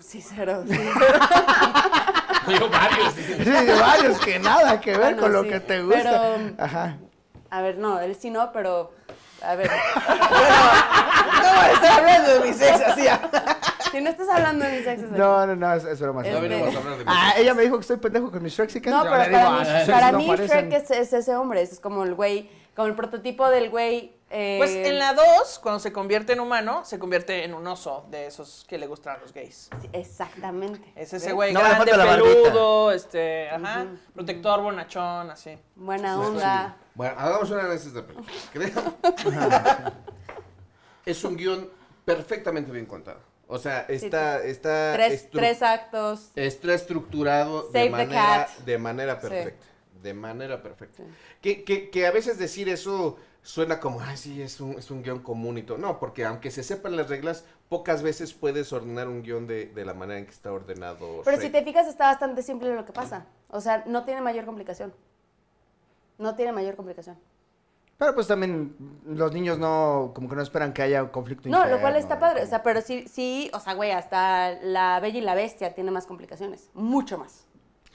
Sí, cero. sí. Yo varios, dicen. Sí, de varios que nada que ver Bueno, con lo sí, que te gusta. pero- Ajá. A ver, no, él sí no, pero a ver, No voy a estar hablando de mis ex así. si no estás hablando de mis exes. No, no, no, es, es broma. es Este- No broma. venimos a hablar de Ah, ella me dijo que estoy pendejo con mis Shrexicans. No, Yo pero le digo, para mí, "Ah, esos para no mí parecen". Shrek es, es ese hombre, es como el güey, como el prototipo del güey. eh, Pues en la 2, cuando se convierte en humano, se convierte en un oso de esos que le gustan a los gays. Exactamente. Es ese güey No, le grande, falta la barbita. peludo, este, ajá, protector, bonachón, así. Buena onda. Bueno, hagamos un análisis de película. Creo- es un guión perfectamente bien contado. O sea, está, está Tres, estru- tres actos. está estructurado Save the de manera, cat. de manera perfecta. De manera perfecta. Que, que- que a veces decir eso suena como, ay, sí, es un, es un guión común y todo. No, porque aunque se sepan las reglas, pocas veces puedes ordenar un guión de, de la manera en que está ordenado. Pero Shrek. si te fijas, está bastante simple lo que pasa. O sea, no tiene mayor complicación. No tiene mayor complicación. Pero pues también los niños no, como que no esperan que haya un conflicto No, lo interno, cual está ¿no? padre. O sea, pero sí, sí, o sea, güey, hasta la bella y la bestia tiene más complicaciones. Mucho más.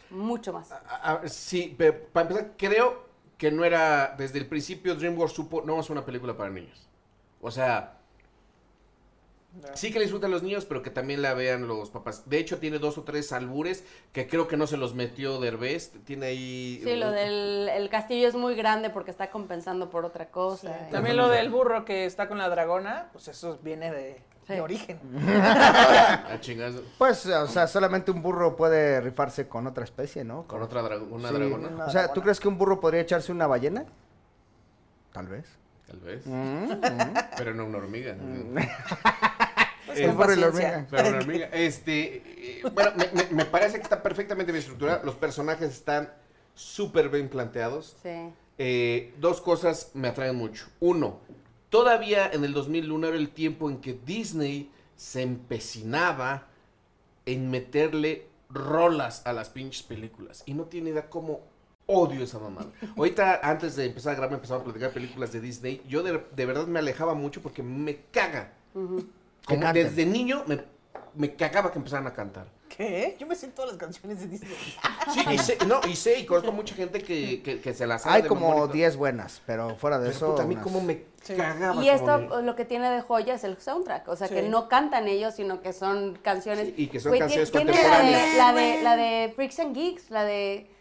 Mucho más. A- a- sí, pe- para empezar, creo que no era. Desde el principio, DreamWorks supo no es una película para niños. O sea. Sí que la disfruten los niños, pero que también la vean los papás. De hecho, tiene dos o tres albures que creo que no se los metió Derbez. Tiene ahí. Sí, lo un- del el castillo es muy grande porque está compensando por otra cosa. Y- También lo del burro que está con la dragona, pues eso viene de, de Sí. origen. A chingazo. Pues, o sea, solamente un burro puede rifarse con otra especie, ¿no? Con otra drago- una Sí. dragona. O sea, ¿tú crees que un burro podría echarse una ballena? Tal vez. Tal vez. Pero no una hormiga. ¿no? Pues El con burro y la paciencia. hormiga. Pero una hormiga. Este, eh, bueno, me, me- me parece que está perfectamente bien estructurada. Los personajes están súper bien planteados. Sí. Eh, dos cosas me atraen mucho. Uno, todavía en el 2001 era el tiempo en que Disney se empecinaba en meterle rolas a las pinches películas. Y no tiene idea cómo odio esa mamada. Ahorita, antes de empezar a grabar, empezaba a platicar películas de Disney. Yo de, de verdad me alejaba mucho porque me caga. Como Que canten. desde niño me, me cagaba que empezaran a cantar. ¿Qué? Yo me sé todas las canciones de Disney. Sí, y sé, no, y sé, y conozco mucha gente que, que- que se las sabe Hay de como memoria. 10 buenas, pero fuera de Pero eso. puta, a mí unas- como me Sí. cagaba. Y como esto niño. lo que tiene de joya es el soundtrack, o sea, que Sí. no cantan ellos, sino que son canciones... Sí, y que son ti- canciones tiene contemporáneas. La de, la de, la de Freaks and Geeks, la de...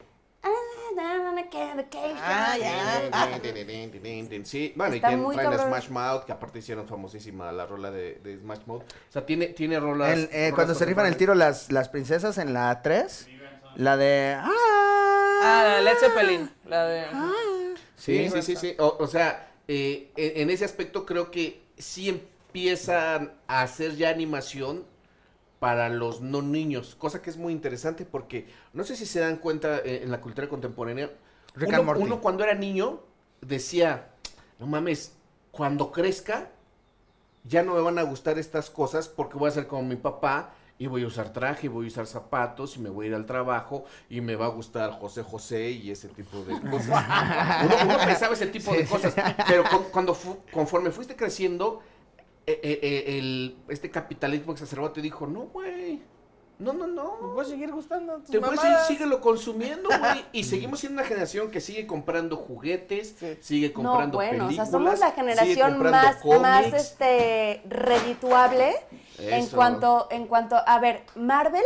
Ah, ya. Ah. Sí, bueno, Está y tienen- muy traen a cabrón. Smash Mouth, que aparte hicieron famosísima la rola de, de Smash Mouth. O sea, tiene, tiene rolas. El, eh, rolas cuando se rifan el contemporáneas. tiro las, las princesas en la 3, la de. Ah, la ¡Ah! de Led Zeppelin. La de. Sí, sí, sí, sí. O, o sea, eh, en, en ese aspecto creo que sí empiezan a hacer ya animación para los no niños, cosa que es muy interesante porque no sé si se dan cuenta eh, en la cultura contemporánea. Rick and uno, Morty. uno cuando era niño decía, no mames, cuando crezca ya no me van a gustar estas cosas porque voy a ser como mi papá y voy a usar traje, y voy a usar zapatos y me voy a ir al trabajo y me va a gustar José José y ese tipo de cosas. uno, uno pensaba ese tipo de cosas, pero con- cuando fu- conforme fuiste creciendo, eh, eh, eh, el, este capitalismo exacerbado te dijo, no, güey, no, no, no. Voy a seguir gustando tus Te voy a decir, mamadas. síguelo consumiendo, güey. Y seguimos siendo una generación que sigue comprando juguetes, Sí. sigue No, comprando bueno, o sea, películas. somos la sigue generación comprando más, más cómics. este, redituable en Eso. cuanto, en cuanto, a ver, Marvel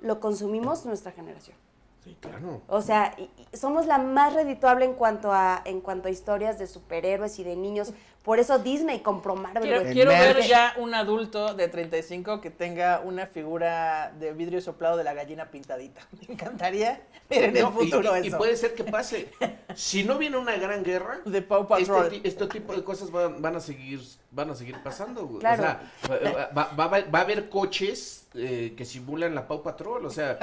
lo consumimos nuestra generación. Sí, claro. O sea, y- y somos la más redituable en cuanto a en cuanto a historias de superhéroes y de niños. Por eso Disney compró Marvel. Quiero, güey. quiero ver merch. ya un adulto de 35 que tenga una figura de vidrio soplado de la gallina pintadita. Me encantaría ver en el No, y- futuro y, y eso. puede ser que pase. Si no viene una gran guerra, De Paw este, Patrol. ti- este tipo de cosas van, van a seguir van a seguir pasando. güey. Claro. O sea, va- va, va- va- va a haber coches eh, que simulan la Paw Patrol. O sea,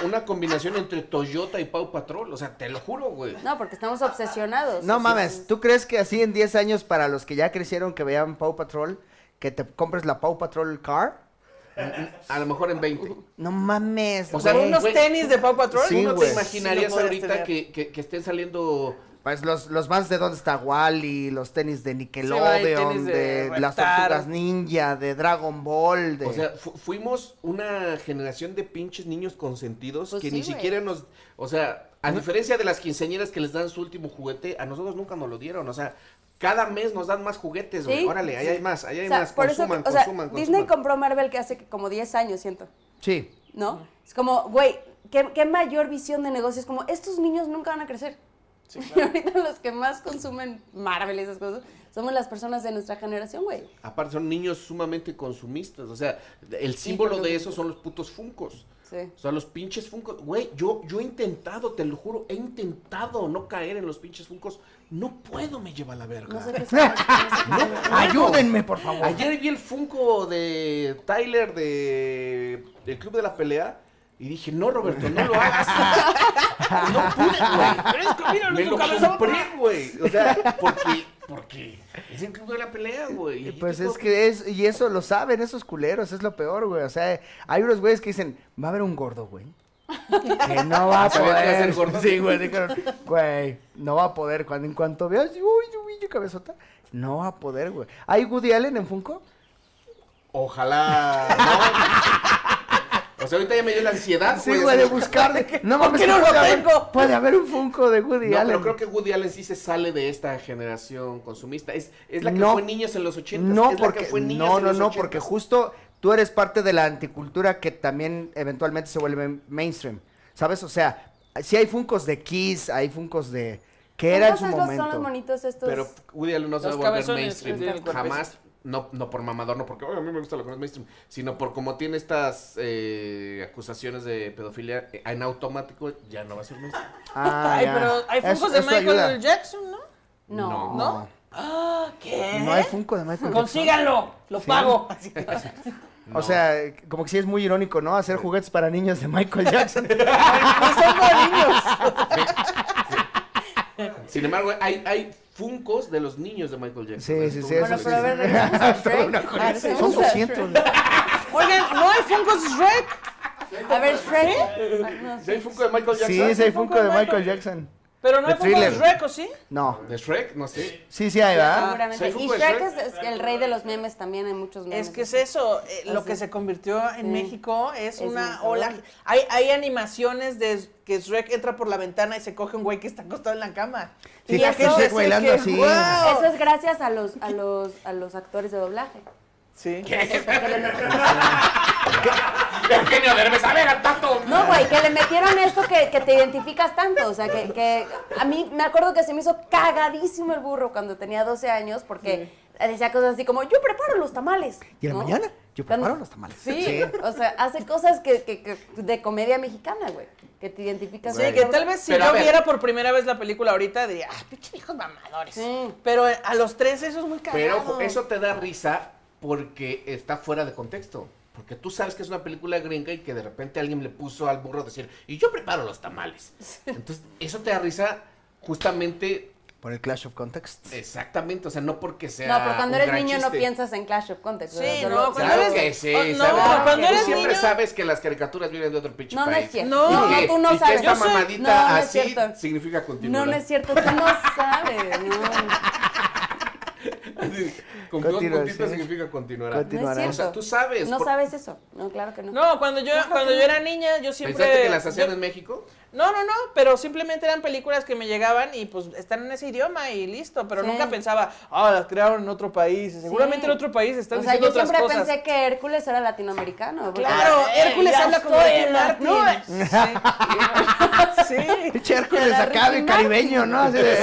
una, una combinación entre Toyota y Paw Patrol. O sea, te lo juro, güey. No, porque estamos obsesionados. No O sea, mames, ¿tú crees que así en 10 años para los que ya crecieron que vean Paw Patrol, que te compres la Paw Patrol Car? A lo mejor en 20. No mames, O O sea, güey, unos güey. tenis de Paw Patrol. Sí, ¿Tú no güey. te imaginarías Sí, lo podrías ahorita tener. que, que- que estén saliendo Pues los, los vans de Dónde está Wally, los tenis de Sí, va, hay Nickelodeon, tenis de, de las Reptar. tortugas ninja, de Dragon Ball, de... O sea, fu- fuimos una generación de pinches niños consentidos Pues que sí, ni güey. siquiera nos. O sea, a diferencia de las quinceañeras que les dan su último juguete, a nosotros nunca nos lo dieron. O sea, cada mes nos dan más juguetes, güey. Sí, Órale, ahí sí. hay más, ahí hay o sea, más. por eso, Consuman, o sea, consuman, Disney consuman. compró Marvel que hace que como 10 años, siento. sí. ¿no? Es como, güey, ¿qué, qué mayor visión de negocio? Es como, estos niños nunca van a crecer. Y ahorita los que más consumen Marvel y esas cosas somos las personas de nuestra generación, güey. Aparte, son niños sumamente consumistas. O sea, el símbolo de porque- eso son los putos funcos. Sí. O sea, los pinches funcos. Güey, yo, yo he intentado, te lo juro, he intentado no caer en los pinches funcos. No puedo, me lleva la verga. No sé qué es. no sé qué es. Ayúdenme, por favor. Ayer vi el Funko de Tyler de del Club de la Pelea y dije, no, Roberto, no lo hagas. no pude, Pero es que mira, güey. Me su lo cabezota. compré, güey. O sea, porque, porque es el Club de la Pelea, güey. Eh, Pues es que es, y eso lo saben esos culeros, es lo peor, güey. O sea, hay unos güeyes que dicen, va a haber un gordo, güey. Que no va a Sabía que iba a poder. ser gordo. Sí, güey, dijeron, güey, no va a poder. Cuando en cuanto veas, uy, uy, uy, cabezota, no va a poder, güey. ¿Hay Woody Allen en Funko? Ojalá. ¿no? O sea, ahorita ya me dio la ansiedad, Sí, güey. güey, de así- buscar. No mames, qué no lo puede haber- tengo? Puede haber un Funko de Woody No, Allen. pero creo que Woody Allen sí se sale de esta generación consumista. Es, es la que No. fue niños en los 80. No, es la porque, que fue niñas no, en no, los no, 80s. porque justo tú eres parte de la anticultura que también eventualmente se vuelve mainstream, ¿sabes? O sea, sí hay funcos de Kiss, hay funcos de... que era en su Entonces, los- Son los momento? monitos estos. Pero Woody Allen no se va a Los volver cabezones que mainstream. tienen cuerpecito. Jamás. No, no por mamador, no porque "Ay, a mí me gusta lo que no es mainstream, sino por como tiene estas eh, acusaciones de pedofilia eh, en automático, ya no va a ser mainstream. Ah, Ay, ya. pero hay Eso- focos de eso Michael ayuda. Jackson, ¿no? no. Eh. No. ¿No? Ah, ¿Qué? No hay funco de Michael Jackson. Consíganlo, lo pago. Así. O sea, como que sí es muy irónico, ¿no? Hacer juguetes para niños de Michael Jackson. No son para niños. Sin embargo, hay, hay funcos de los niños de Michael Jackson. Sí, Es sí, todo sí, una eso Bueno, pero sí. a ver, regresemos a colección. Shrek. Ah, Son regresemos a 200. güey. Oigan, ¿no hay Funkos Shrek? Shrek. A ver, Shrek. Ah, no, ¿Sí hay sí. funko de Michael Jackson? Sí, sí hay Funko funco de de Michael Michael. Jackson. Pero no De hay Funkos Thriller. Shrek, ¿o sí? No. ¿De Shrek? No sé. Sí, sí hay, ¿verdad? Seguramente. Soy Y Funko de Shrek Shrek. es, es el rey de los memes también en muchos memes. Es que es eso, eh, lo que Así. se convirtió en Sí. México es, Es una matador. ola. Hay, hay animaciones de que Shrek entra por la ventana y se coge un güey que está acostado en la cama. Sí, y la que Shrek gente bailando así. ¡guau! Eso es gracias a los, a los, a los actores de doblaje. Sí. Eugenio Derbez, a ver, al tato. No, güey, que le metieron esto que, que te identificas tanto. O sea, que, que a mí me acuerdo que se me hizo cagadísimo el burro cuando tenía 12 años porque decía cosas así como, yo preparo los tamales. Y en la ¿no? mañana, yo Cuando- preparo los tamales. Sí, o sea, hace cosas que, que- que- de comedia mexicana, güey, que te identificas. Sí, que tal vez si Pero a yo ver. viera por primera vez la película ahorita diría, ah, pinche viejos mamadores. Sí. Pero a los tres eso es muy cagado. Pero ojo, eso te da risa porque está fuera de contexto. Porque tú sabes que es una película gringa y que de repente alguien le puso al burro decir, y yo preparo los tamales. Entonces, eso te da risa justamente Por el Clash of Context. Exactamente, o sea, no porque sea. No, pero cuando un eres gran niño no chiste. piensas en Clash of Context. Sí, desde no, luego. cuando Claro eres- que sí, oh, no, ¿sabes? cuando Tú eres siempre niño- sabes que las caricaturas vienen de otro pinche No, no país. es cierto. No, Y no, que- tú no y que sabes. esta Yo soy- mamadita no, no es así cierto. significa continuar. No, no es cierto, tú no sabes. No, Con dos Continuar, puntitos sí. significa continuar. no es Continuará. cierto. O sea, tú sabes. No por- sabes eso. No, claro que no. No, cuando yo, cuando yo era niña, yo siempre. ¿Pensaste que las hacían yo- en México? No, no, no, pero simplemente eran películas que me llegaban y pues están en ese idioma y listo, pero Sí. nunca pensaba, ah, las crearon en otro país, seguramente en otro país están O sea, diciendo yo otras siempre cosas. pensé que Hércules era latinoamericano. porque- Claro, Eh, Hércules ya habla como estoy Ricky en las Martin. nubes. Sí. sí. Pinche Hércules acá de caribeño, ¿no? Así de-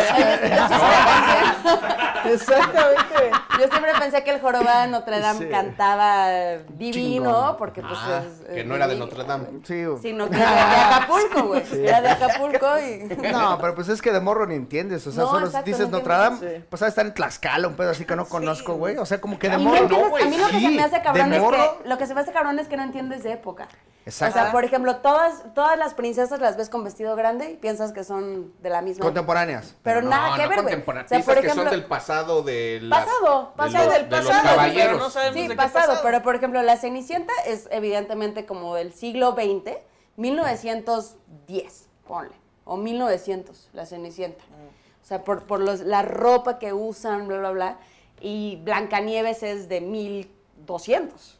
Exactamente. Yo siempre pensé que el jorobado de Notre Dame Sí. cantaba divino, Chingón. porque pues Ah, es- que es no era de divino, Notre Dame. güey. Sí, o- Sino que era de Acapulco, güey. Era de Acapulco y... No, pero pues es que de morro ni entiendes. O sea, No, solo exacto, dices no Notre entiendes. Dame, Sí. pues sabes, estar en Tlaxcala, un pedo así que no conozco, güey. O sea, como que de Y no morro. no, entiendes- güey, a mí lo que se sí, me hace cabrón de es morro. que lo que se me hace cabrón es que no entiendes de época. Exacto. O sea, por ejemplo, todas todas las princesas las ves con vestido grande y piensas que son de la misma. Contemporáneas. Pero No, nada que no ver, güey. contemporáneo. O sea, por Piensas que ejemplo, son del pasado de las- pasado, de pasado los- del de los pasado, pero caballeros. no sabemos de Sí, qué pasado, pasado. pero por ejemplo, la Cenicienta es evidentemente como del siglo XX, 1910, ponle, o 1900, la Cenicienta. Mm. O sea, por, por los, la ropa que usan, bla, bla, bla. Y Blancanieves es de 1200.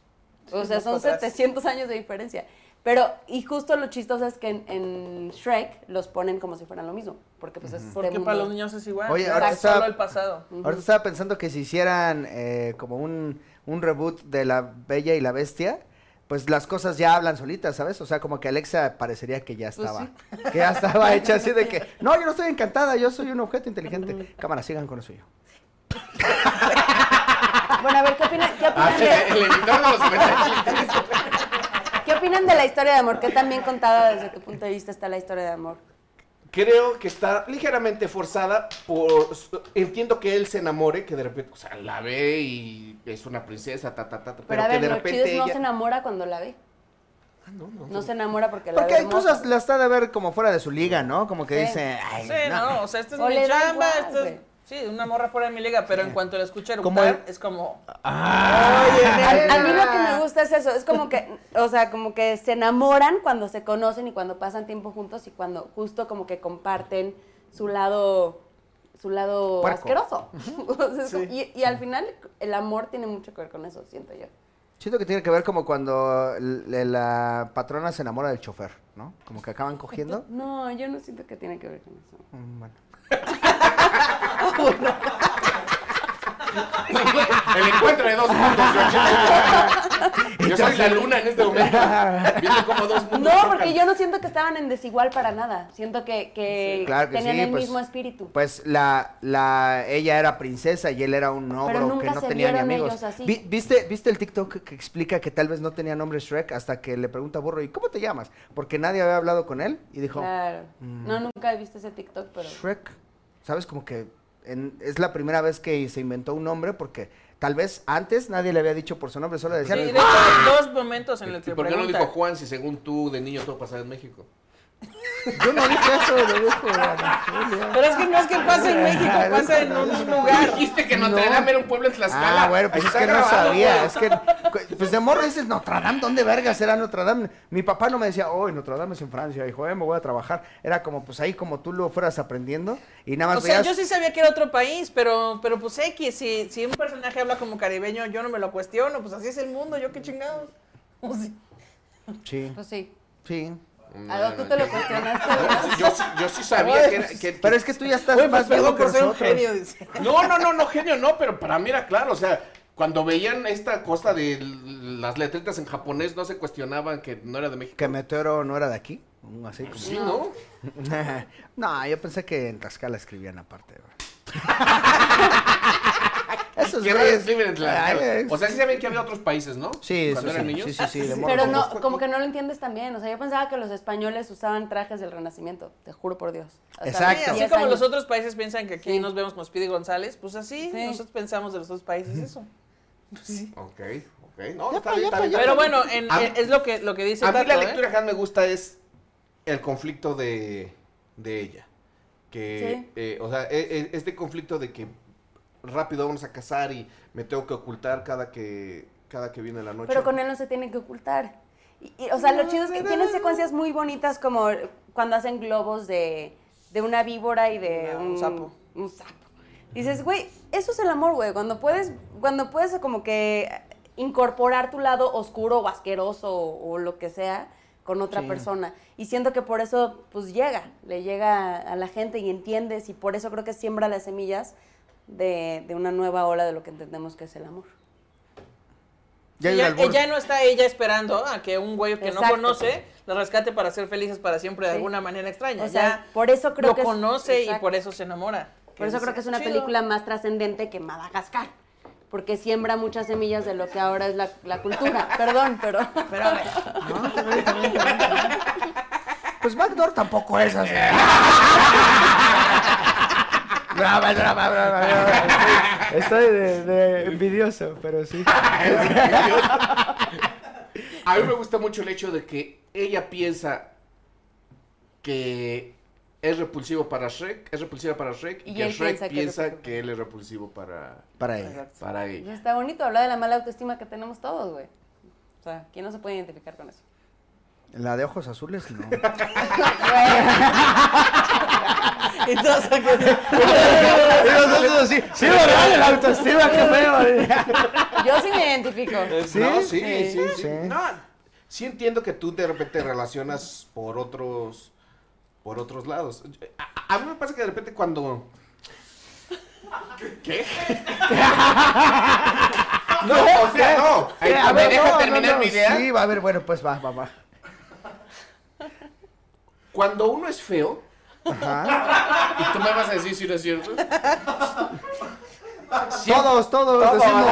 O sea, son 700 años de diferencia. Pero, y justo lo chistoso es que en, en Shrek los ponen como si fueran lo mismo. Porque, pues, es este Porque para mundo- los niños es igual. Oye, Oye, ahora está- solo el pasado. Ahorita estaba pensando que si hicieran eh, como un, un reboot de La Bella y la Bestia, pues las cosas ya hablan solitas, ¿sabes? O sea, como que Alexa parecería que Pues ya estaba. Que ya estaba hecha así de que, no, yo no estoy encantada, yo soy un objeto inteligente. Cámara, sigan con lo suyo. Bueno, a ver, ¿qué opinan, qué opinan Ah, de- el editor no los mete. ¿Qué opinan de la historia de amor? ¿Qué tan bien contada desde tu punto de vista está la historia de amor? Creo que está ligeramente forzada por... Entiendo que él se enamore, que de repente, o sea, la ve y es una princesa, ta, ta, ta, ta, Pero, pero, a ver, que de lo repente chido es no ella- se enamora cuando la ve. no, se enamora porque la Porque ve hay hermosa. cosas, la está de ver como fuera de su liga, ¿no? Como que Sí. dice, ay, Sí, no, o sea, esta es O mi le da chamba, igual, esta es... güey. Sí, una morra fuera de mi liga, pero en cuanto la escucho Como eructar, el- es como... A, a mí lo que me gusta es eso, es como que, o sea, como que se enamoran cuando se conocen y cuando pasan tiempo juntos y cuando justo como que comparten su lado, su lado Puerco. asqueroso. O sea, es como- y, y al final el amor tiene mucho que ver con eso, siento yo. Siento que tiene que ver como cuando l- la patrona se enamora del chofer, ¿no? Como que acaban cogiendo. No, yo no siento que tiene que ver con eso. Mm, bueno. El encuentro de dos mundos. Yo, yo soy la luna en este momento. Viendo como dos mundos. No, porque chocan. yo no siento que estaban en desigual para nada. Siento que, que Claro que tenían sí, el pues, mismo espíritu. Pues la, la, ella era princesa y él era un ogro que nunca no se tenía ni vieron amigos. ellos así. Vi- ¿Viste, ¿Viste el TikTok que explica que tal vez no tenía nombre Shrek hasta que le pregunta a Burro, ¿y cómo te llamas? Porque nadie había hablado con él y dijo, Claro. Mm. No, nunca he visto ese TikTok, pero. Shrek. ¿Sabes? Como que en- es la primera vez que se inventó un nombre porque tal vez antes nadie le había dicho por su nombre, solo le Sí, decían... de hecho, hay dos momentos en los ¿Y que por qué no pregunta. dijo Juan si según tú de niño todo pasaba en México? Yo no dije eso, lo dijo Ana Julia. Pero es que no es que pasa en México, pasa en un lugar. Dijiste que No. Notre Dame era un pueblo en Tlaxcala. Ah, bueno, pues Ahí es está que no grabado, sabía. güey. Es que, cu- pues de morro dices, Notre Dame, ¿dónde vergas era Notre Dame? Mi papá no me decía, oh, Notre Dame es en Francia, dijo, eh, me voy a trabajar. Era como, pues ahí como tú lo fueras aprendiendo y nada más O sea, yo veías- sí sabía que era otro país, pero, pero pues X, si, si un personaje habla como caribeño, yo no me lo cuestiono, pues así es el mundo, yo qué chingados. O sea, Sí, Pues sí. sí. Algo tú te lo cuestionaste. ¿verdad? Yo, sí- yo sí sabía que era... que- Pero es que tú ya estás Güey, más pues, viejo perdón que por ser un nosotros. genio, dice. No, no, no, no, genio, no, pero para mí era claro, o sea, cuando veían esta cosa de l- las letritas en japonés, no se cuestionaban que no era de México. Pues Que Meteoro no era de aquí, mm, así como... Sí, ¿no? no, yo pensé que en Tlaxcala escribían aparte. güey. Esos Que güeyes- rayos viven en Tlaxcala. pues, Ay, es- O sea, sí sabían que había otros países, ¿no? Sí, eso Cuando eran sí, niños. sí, sí, sí, de morro Pero sí. no, como pues. que no lo entiendes también. O sea, yo pensaba que los españoles usaban trajes del Renacimiento. Te juro por Dios. Hasta Exacto. hace Sí, así 10 como años. los otros países piensan que aquí Sí. nos vemos como Speedy González, pues así Sí. nosotros pensamos de los otros países eso. Ok, ok. No, está bien, está bien. Pero bueno, en- A- en- es lo que, lo que dice A mí Tato, la ¿eh? lectura que más me gusta es el conflicto de, de ella. que, Sí. eh, o sea, e- e- este conflicto de que rápido vamos a casar y me tengo que ocultar cada que cada que viene la noche. Pero con él no se tiene que ocultar. Y- y, o sea, lo chido es que tienen secuencias muy bonitas como cuando hacen globos de, de una víbora y de Una- un un, sapo. un sapo. Dices, güey, eso es el amor, güey. Cuando puedes, cuando puedes como que incorporar tu lado oscuro o asqueroso o, o lo que sea con otra persona. Y siento que por eso, pues llega, le llega a la gente y entiendes. Y por eso creo que siembra las semillas de, de una nueva ola de lo que entendemos que es el amor. Ya ella, llegó el ella no está ella esperando a que un güey que Exacto. no conoce la rescate para ser felices para siempre de Sí. alguna manera extraña. O sea, Ya por eso creo lo que es- conoce y exacto. por eso se enamora. Por eso creo que es una chido. película más trascendente que Madagascar, porque siembra muchas semillas de lo que ahora es la, la cultura. Perdón, pero... Pero a ver, Pues Backdoor tampoco es así. Brava, brava, brava, brava. Estoy de, de envidioso, pero sí. A mí me gusta mucho el hecho de que ella piensa que es repulsivo para Shrek, es repulsiva para Shrek y, Y que él Shrek piensa que es piensa que, repulsivo. él es repulsivo para, Para ella. para Y ella. está bonito hablar de la mala autoestima que tenemos todos, güey. O sea, ¿quién no se puede identificar con eso? La de ojos azules, no. y todos acá- Y nosotros así, sí, ¿verdad? La autoestima, qué feo. ¿eh? Yo sí me identifico. ¿Sí? No, sí, sí, sí, Sí. No, sí entiendo que tú de repente relacionas por otros, por otros lados. A, a mí me pasa que de repente cuando... ¿Qué? no, o sea, no. Eh, a ver, deja terminar mi idea. Sí, va a ver, bueno, pues va, va, va. Cuando uno es feo, Ajá. y tú me vas a decir si no es cierto. Todos, todos, Todos. decimos.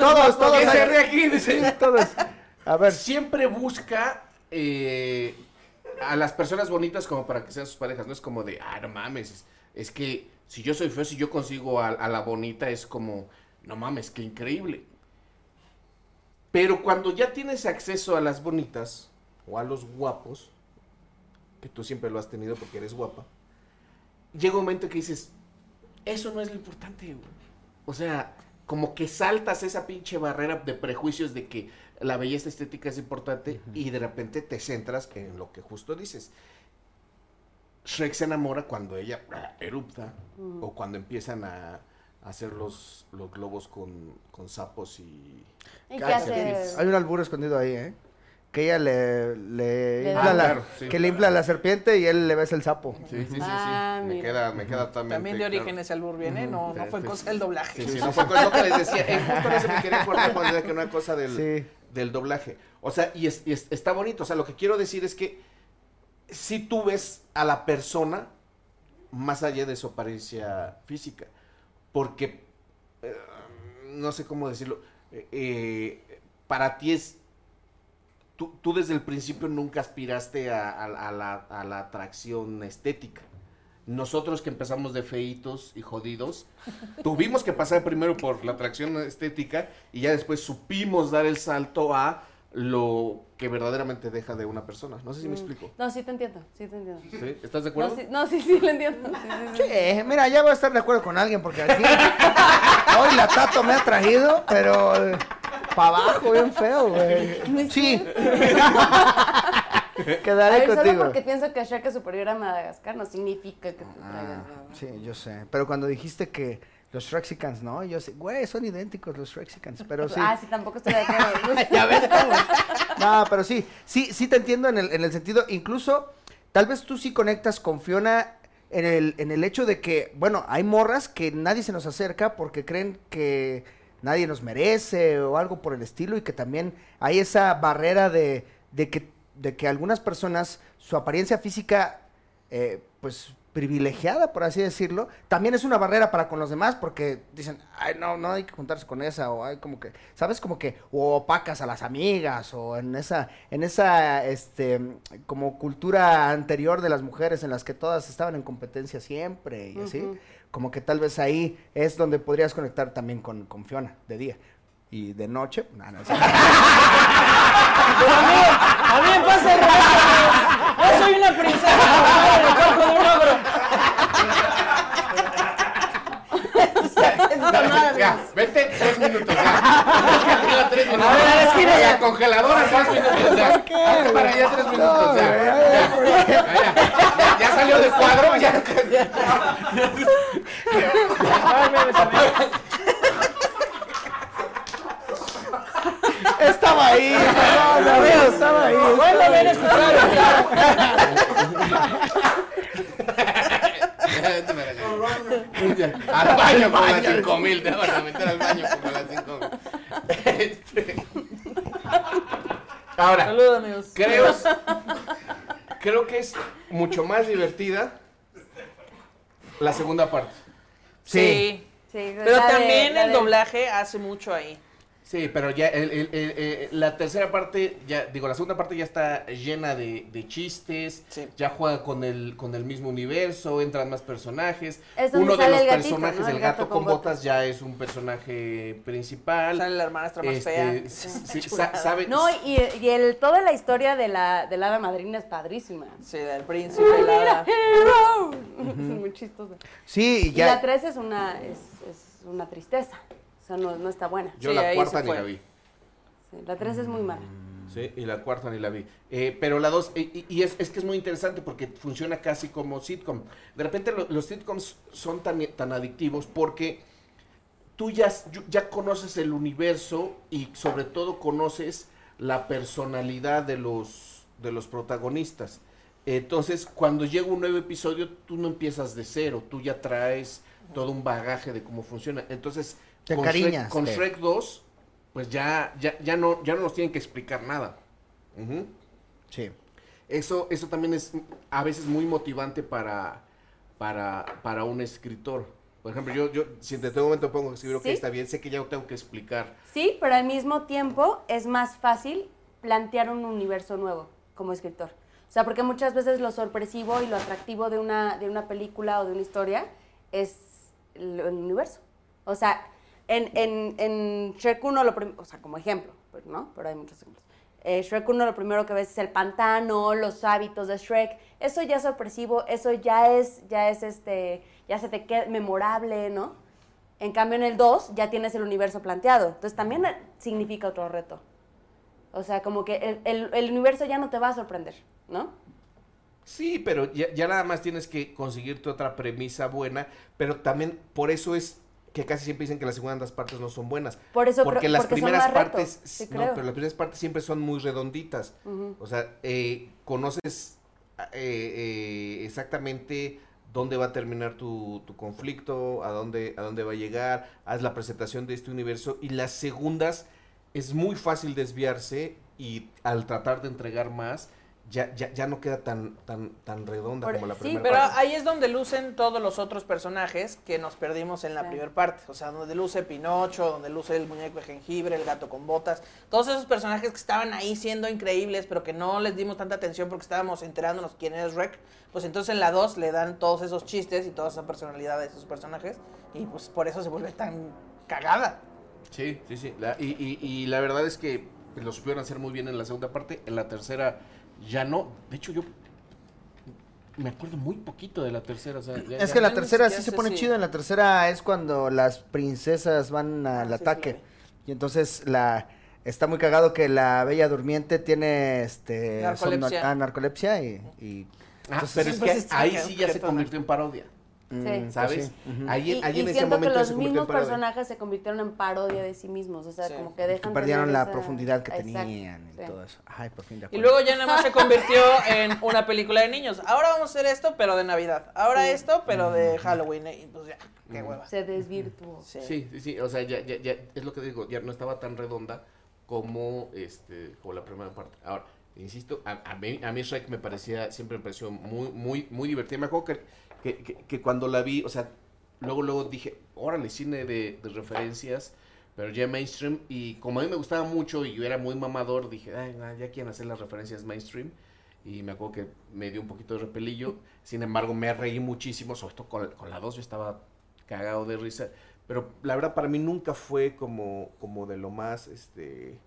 Todos, todos. Que se ahí. ríe aquí, dice. Sí, todos. A ver. Siempre busca eh, a las personas bonitas como para que sean sus parejas. No es como de, ah, no mames. Es, es que si yo soy feo, si yo consigo a, a la bonita, es como, no mames, qué increíble. Pero cuando ya tienes acceso a las bonitas o a los guapos, que tú siempre lo has tenido porque eres guapa, llega un momento que dices, eso no es lo importante, güey. O sea, como que saltas esa pinche barrera de prejuicios de que la belleza estética es importante y de repente te centras en lo que justo dices. Shrek se enamora cuando ella ah, erupta Mm. o cuando empiezan a a hacer los, los globos con, con sapos y... ¿Y qué Cáncer. haces? Hay un albur escondido ahí, ¿eh? Que ella le, le Le infla da. la, Ah, claro, sí. que le infla la serpiente y él le besa el sapo. Sí, sí, sí, sí. Ah, me, mira. queda, me queda totalmente también de claro. origen ese albur viene, ¿eh? no, no fue Sí, cosa sí. del doblaje. Sí, sí, no fue cosa- lo que les decía. eh, justo en eso me quería acordar cuando decía que una cosa del, Sí. del doblaje. O sea, y, es- y es- está bonito. O sea, lo que quiero decir es que si tú ves a la persona más allá de su apariencia física, porque eh, no sé cómo decirlo, eh, eh, para ti es. Tú, tú desde el principio nunca aspiraste a, a- a la, a la atracción estética. Nosotros que empezamos de feitos y jodidos, tuvimos que pasar primero por la atracción estética y ya después supimos dar el salto a lo que verdaderamente deja de una persona. No sé si me explico. No, sí te entiendo, sí te entiendo. ¿Sí? ¿Estás de No, acuerdo? sí, no, sí, sí, lo entiendo. Sí, sí, Sí, eh, mira, ya voy a estar de acuerdo con alguien porque aquí hoy la Tato me ha traído, pero para abajo, bien feo, güey. Sí. A Quedaré ver, solo contigo. porque pienso que Shrek es superior a Madagascar no significa que Ah, te traigas nada. Sí, yo sé. Pero cuando dijiste que los Shrexicans, ¿no? Yo sé, güey, son idénticos los Shrexicans, pero sí. Ah, sí, tampoco estoy de acuerdo. ya ves cómo. No, pero sí, sí, sí te entiendo en el, en el sentido, incluso, tal vez tú sí conectas con Fiona en el, en el hecho de que, bueno, hay morras que nadie se nos acerca porque creen que nadie nos merece o algo por el estilo y que también hay esa barrera de, de que, de que algunas personas, su apariencia física, eh, pues privilegiada, por así decirlo, también es una barrera para con los demás porque dicen, ay, no, no hay que juntarse con esa, o hay como que, ¿sabes? Como que, o opacas a las amigas, o en esa, en esa, este, como cultura anterior de las mujeres en las que todas estaban en competencia siempre, y así, Ujú. como que tal vez ahí es donde podrías conectar también con, con Fiona, de día. Y de noche, no, no, es- Pero a mí, a mí me pasa el rato. Yo soy una princesa atrapada en el cuerpo de un ogro. Esta madre. Ya, vete tres minutos. Ya. Es que tengo tres minutos. A ver, a la esquina ya. La congeladora tres minutos. Ya. Hazte para allá tres minutos. ya. ya. Ya, ya. Ya salió de cuadro. Ya. Ay, me salió. Estaba ahí, no, no, no, estaba ahí. Bueno, ven a escuchar. Ya, vete para allá. Ya. Al baño con las cinco mil. Te van a meter al baño con las cinco mil. Este. Ahora, Saludos, amigos. creo, creo que es mucho más divertida la segunda parte. Sí. Sí, Pero la de- también la el de- doblaje hace mucho ahí. Sí, pero ya el- el- el- eh, la tercera parte, ya digo, la segunda parte ya está llena de, de chistes, Sí. ya juega con el, con el mismo universo, entran más personajes. Es donde Uno de sale los el gatito, personajes, ¿no? el gato con botas, ya es un personaje principal. Sale la hermanastra más Este, fea. sí, sí, sa- sabe- Ah, No, y, y el, toda la historia de la, de la hada madrina es padrísima. Sí, del príncipe. la hada. Hero. Es muy chistoso. Sí, y Y ya. la 3 es una, es, es una tristeza. O sea, no, no está buena. Yo Sí, la ahí cuarta se ni fue. la vi. Sí, la 3 es muy mala. Sí, y la cuarta ni la vi. Eh, pero la dos, eh, y, y es, es que es muy interesante porque funciona casi como sitcom. De repente lo- los sitcoms son tan, tan adictivos porque tú ya, s- yo- ya conoces el universo y sobre todo conoces la personalidad de los, de los protagonistas. Entonces, cuando llega un nuevo episodio, tú no empiezas de cero, tú ya traes todo un bagaje de cómo funciona. Entonces, Te con, Shrek, encariñas, con te- Shrek 2, pues ya, ya, ya, no, ya no nos tienen que explicar nada. Ujú. Sí. Eso, eso también es a veces muy motivante para, para, para un escritor. Por ejemplo, yo, yo si en todo momento pongo que escribir, ok, ¿Sí? está bien, sé que ya lo tengo que explicar. Sí, pero al mismo tiempo es más fácil plantear un universo nuevo como escritor. O sea, porque muchas veces lo sorpresivo y lo atractivo de una, de una película o de una historia es el, el universo. O sea, en, en, en Shrek 1, lo prim- o sea, como ejemplo, pues, ¿no? Pero hay muchos ejemplos. Eh, Shrek 1 lo primero que ves es el pantano, los hábitos de Shrek. Eso ya es sorpresivo, eso ya es, ya es este, ya se te queda memorable, ¿no? En cambio, en el 2 ya tienes el universo planteado. Entonces también eh, significa otro reto. O sea, como que el, el- el universo ya no te va a sorprender, ¿no? Sí, pero ya, ya nada más tienes que conseguirte otra premisa buena, pero también por eso es que casi siempre dicen que las segundas partes no son buenas. Por eso porque creo- las porque son primeras más retos, partes, sí no, creo. pero las primeras partes siempre son muy redonditas. Ujú. O sea, eh, conoces eh, eh, exactamente dónde va a terminar tu, tu conflicto, a dónde, a dónde va a llegar, haz la presentación de este universo y las segundas es muy fácil desviarse y al tratar de entregar más, ya, ya, ya no queda tan, tan, tan redonda Por- como la sí, primera. Pero parte. ahí es donde lucen todos los otros personajes que nos perdimos en la Claro. primera parte. O sea, donde luce Pinocho, donde luce el muñeco de jengibre, el gato con botas. Todos esos personajes que estaban ahí siendo increíbles, pero que no les dimos tanta atención porque estábamos enterándonos quién es Rec. Pues entonces en la 2 le dan todos esos chistes y toda esa personalidad de esos personajes. Y pues por eso se vuelve tan cagada. Sí, sí, sí. La- y, y- y la verdad es que lo supieron hacer muy bien en la segunda parte. En la tercera ya no. De hecho, yo me acuerdo muy poquito de la tercera. o sea, ya- Es ya- que Ya la ni tercera siquiera sí se sé pone si- chido. En la tercera es cuando las princesas van Ah, al sí, sí, ataque. la vi. Y entonces la está muy cagado que la bella durmiente tiene este Narcolepsia. somno- ah, narcolepsia y, y- Ah, pero es Entonces, que sí, ahí quedó sí ya se jetona. convirtió en parodia. Sí. Mm, pues ¿Sabes? ahí, Y, en- ahí y en ese siento que momento los se convirtió en mismos parodia. personajes se convirtieron en parodia de sí mismos. O sea, Sí. como que que dejan. perdieron tener la esa- profundidad que Exacto, tenían y sí. todo eso. Ay, por fin de Y acuerdo. luego ya nada más se convirtió en una película de niños. Ahora vamos a hacer esto, pero de Navidad. Ahora esto, pero de Halloween. Y pues ya, qué hueva. Se desvirtuó. Sí. Sí, sí, sí. O sea, ya, ya, ya, es lo que digo, ya no estaba tan redonda como este, como la primera parte. Ahora, insisto, a, a mí, a mí Shrek me parecía, siempre me pareció muy, muy, muy divertida. Me acuerdo que, que, que- que cuando la vi, o sea, luego, luego dije, órale, cine de, de referencias, pero ya mainstream. Y como a mí me gustaba mucho y yo era muy mamador, dije, ay, no, ya quieren hacer las referencias mainstream. Y me acuerdo que me dio un poquito de repelillo. Sin embargo, me reí muchísimo, sobre todo con, con la 2, yo estaba cagado de risa. Pero la verdad para mí nunca fue como, como de lo más, este,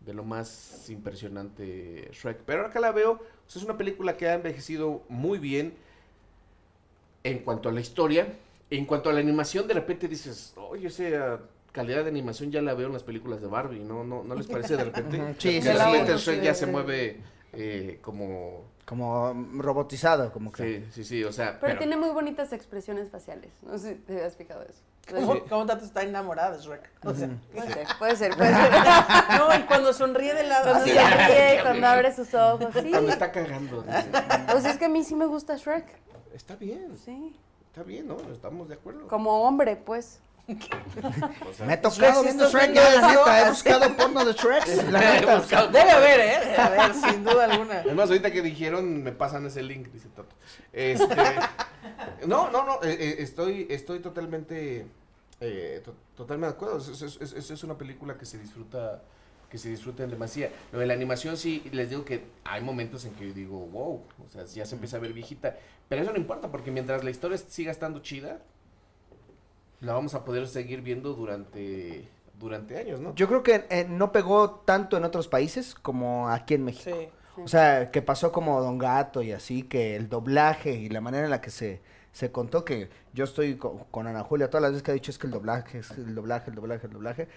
de lo más impresionante Shrek. Pero acá la veo, pues, es una película que ha envejecido muy bien en cuanto a la historia. En cuanto a la animación, de repente dices, oye, esa calidad de animación ya la veo en las películas de Barbie, ¿no? ¿No, no les parece de repente? Ujú, sí, Que sí, de sí. repente Sí, Shrek ya sí. se mueve eh, como... Como mm, robotizado, como que. Sí, sí, sí, o sea... Pero pero- tiene muy bonitas expresiones faciales. No sé si te habías fijado eso. ¿Cómo, cómo tanto está enamorada de Shrek? O sea, Puede ser, puede ser, puede ser. no, y cuando sonríe de lado. Cuando así, se ríe, cuando abre sus ojos. Sí. Ah, Cuando está cagando. dice, Pues es que a mí sí me gusta Shrek. Está bien, Sí. está bien, ¿no? Estamos de acuerdo. Como hombre, pues. O sea, Me he tocado Shrek, si viendo estás Shrek, ya viendo la esto, neta, he así. buscado porno de Shrek. La neta, Debe haber, ¿eh? Debe haber, sin duda alguna. Además, ahorita que dijeron, me pasan ese link, dice Tato. Este, no, no, no, eh, eh, estoy, estoy totalmente, eh, to- totalmente de acuerdo. Es, es- es- es- es una película que se disfruta, que se disfruta en demasía. Lo de la animación sí, les digo que hay momentos en que yo digo, wow, o sea, ya se empieza a ver viejita. Pero eso no importa, porque mientras la historia siga estando chida, la vamos a poder seguir viendo durante, durante años, ¿no? Yo creo que eh, no pegó tanto en otros países como aquí en México. Sí. O sea, que pasó como Don Gato y así, que el doblaje y la manera en la que se, se contó, que yo estoy co- con, Ana Julia, todas las veces que ha dicho es que el doblaje, es que el doblaje, el doblaje, el doblaje.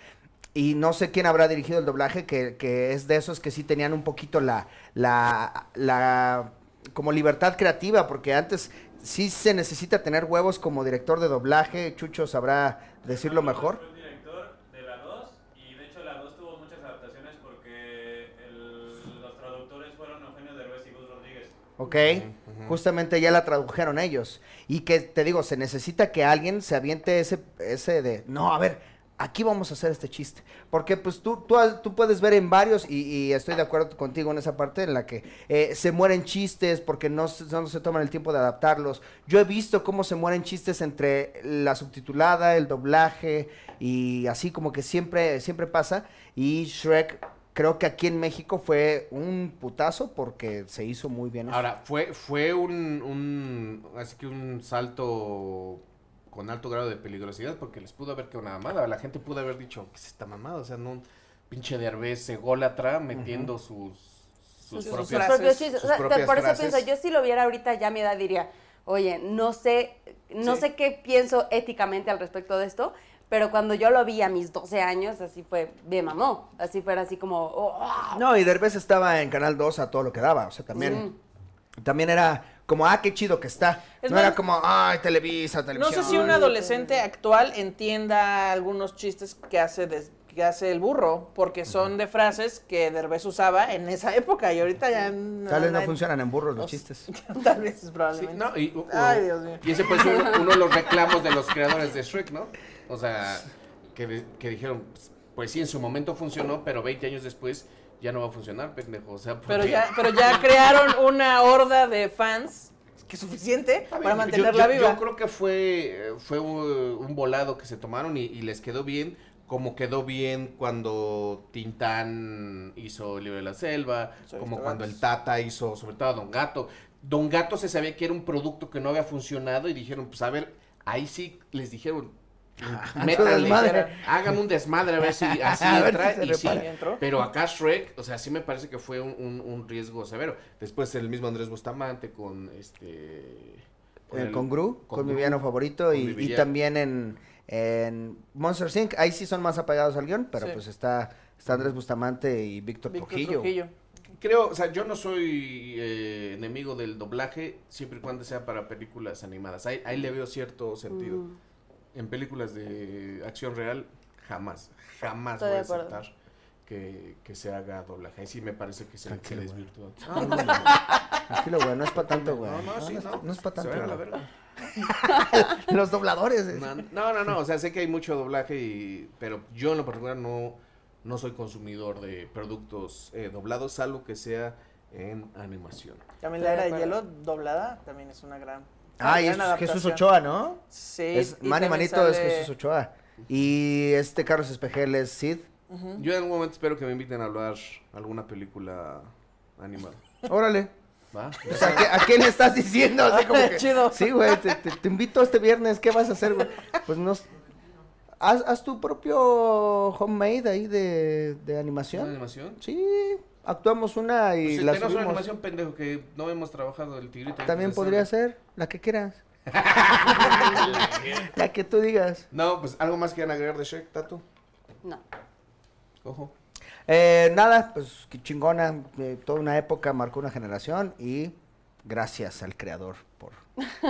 Y no sé quién habrá dirigido el doblaje, que, que es de esos que sí tenían un poquito la, la, la, como libertad creativa, porque antes sí se necesita tener huevos como director de doblaje, Chucho sabrá decirlo mejor. Fue el director de la 2 y de hecho la 2 tuvo muchas adaptaciones porque el- los traductores fueron Eugenio Derbez y Gus Rodríguez. ¿ok? Justamente ya la tradujeron ellos. Y que te digo, se necesita que alguien se aviente ese, ese de, no, a ver, aquí vamos a hacer este chiste. Porque pues tú, tú, has- tú puedes ver en varios, y, y estoy de acuerdo contigo en esa parte en la que eh, se mueren chistes porque no, se- no se toman el tiempo de adaptarlos. Yo he visto cómo se mueren chistes entre la subtitulada, el doblaje, y así como que siempre, siempre pasa. Y Shrek... Creo que aquí en México fue un putazo porque se hizo muy bien. eso. Ahora, fue, fue un, un- así que un salto con alto grado de peligrosidad porque les pudo haber quedado una mamada. La gente pudo haber dicho, ¿qué es esta mamada? O sea, no un pinche de Arbez sególatra metiendo sus, sus, Sus propias... frases. chistes. sus O sea, te- propias por eso frases. pienso, yo si lo viera ahorita ya a mi edad diría, oye, no sé, no Sí. sé qué pienso éticamente al respecto de esto, pero cuando yo lo vi a mis 12 años, así fue, me mamó. Así fuera así como, "Oh, No, y Derbez estaba en Canal 2 a todo lo que daba. O sea, también, también era como, ah, qué chido que está. Es no más- era como, ay, Televisa, No televisión. sé si un adolescente actual entienda algunos chistes que hace des- que hace el burro, porque son de frases que Derbez usaba en esa época y ahorita ya no, Tal vez no nadie- funcionan en burros o los sea, chistes. Tal vez es Sí, probablemente. no, y, u- u- Ay, Dios mío. y ese fue su- uno de los reclamos de los creadores de Shrek, ¿no? O sea, que, de- que dijeron, pues, pues sí, en su momento funcionó, pero 20 años después ya no va a funcionar, pendejo. O sea, ¿por Pero qué? ya, pero ya crearon una horda de fans que es suficiente Está bien, para yo- mantenerla yo- yo- viva. Yo creo que fue, eh, fue un, un volado que se tomaron y, y les quedó bien, como quedó bien cuando Tintán hizo El libro de la selva, Soy como Mr. cuando Gatos. el Tata hizo, sobre todo a Don Gato. Don Gato se sabía que era un producto que no había funcionado y dijeron, pues a ver, ahí sí les dijeron, métanle, desmadre. hagan un desmadre a ver si así A ver si entra se y sí. repara. Entró. Pero acá Shrek, o sea, sí me parece que fue un, un- un riesgo severo. Después el mismo Andrés Bustamante con este... Eh, el- con Gru, con, mi Gru. villano favorito, con y, mi y villano. también en, en Monster Inc. Ahí sí son más apegados al guión, pero Sí. pues está, está Andrés Bustamante y Víctor Víctor Trujillo. Trujillo. Creo, o sea, yo no soy eh, enemigo del doblaje siempre y cuando sea para películas animadas. Ahí, ahí le veo cierto sentido. Mm. En películas de acción real, jamás, jamás Estoy voy a de acuerdo. aceptar que, que se haga doblaje. Ahí sí me parece que se, se Ah, Tranquilo, güey. desvirtuó. Tranquilo, güey, no es para tanto, güey. No, no, sí, es- no. no es para Se tanto. vayan a la güey. verga. Los dobladores. eh. No, no, no, no, o sea, sé que hay mucho doblaje, y, pero yo en lo particular no, no soy consumidor de productos eh, doblados, salvo que sea en animación. También la era Estoy de de hielo doblada también es una gran. Ah, y gran es Jesús adaptación. Ochoa, ¿no? Sí. es y Manny también Manito es sale- Jesús Ochoa. Y este Carlos Espejel es Sid. Ujú. Yo en algún momento espero que me inviten a hablar alguna película animada. Órale. ¿Va? O sea, ¿a qué- ¿a quién le estás diciendo? Así como que, Chido. Sí, güey, te, te- te invito este viernes, ¿qué vas a hacer, güey? Pues no... s- Haz, haz tu propio homemade ahí de, de ¿Una animación. animación? Sí, actuamos una y Pues si la tenemos una subimos. animación pendejo que no hemos trabajado el tigrito. También podría ser la que quieras. la que tú digas. No, pues algo más que agregar de Shrek, Tato. No. Ojo. Eh, nada, pues qué chingona. eh, toda una época marcó una generación y gracias al creador por.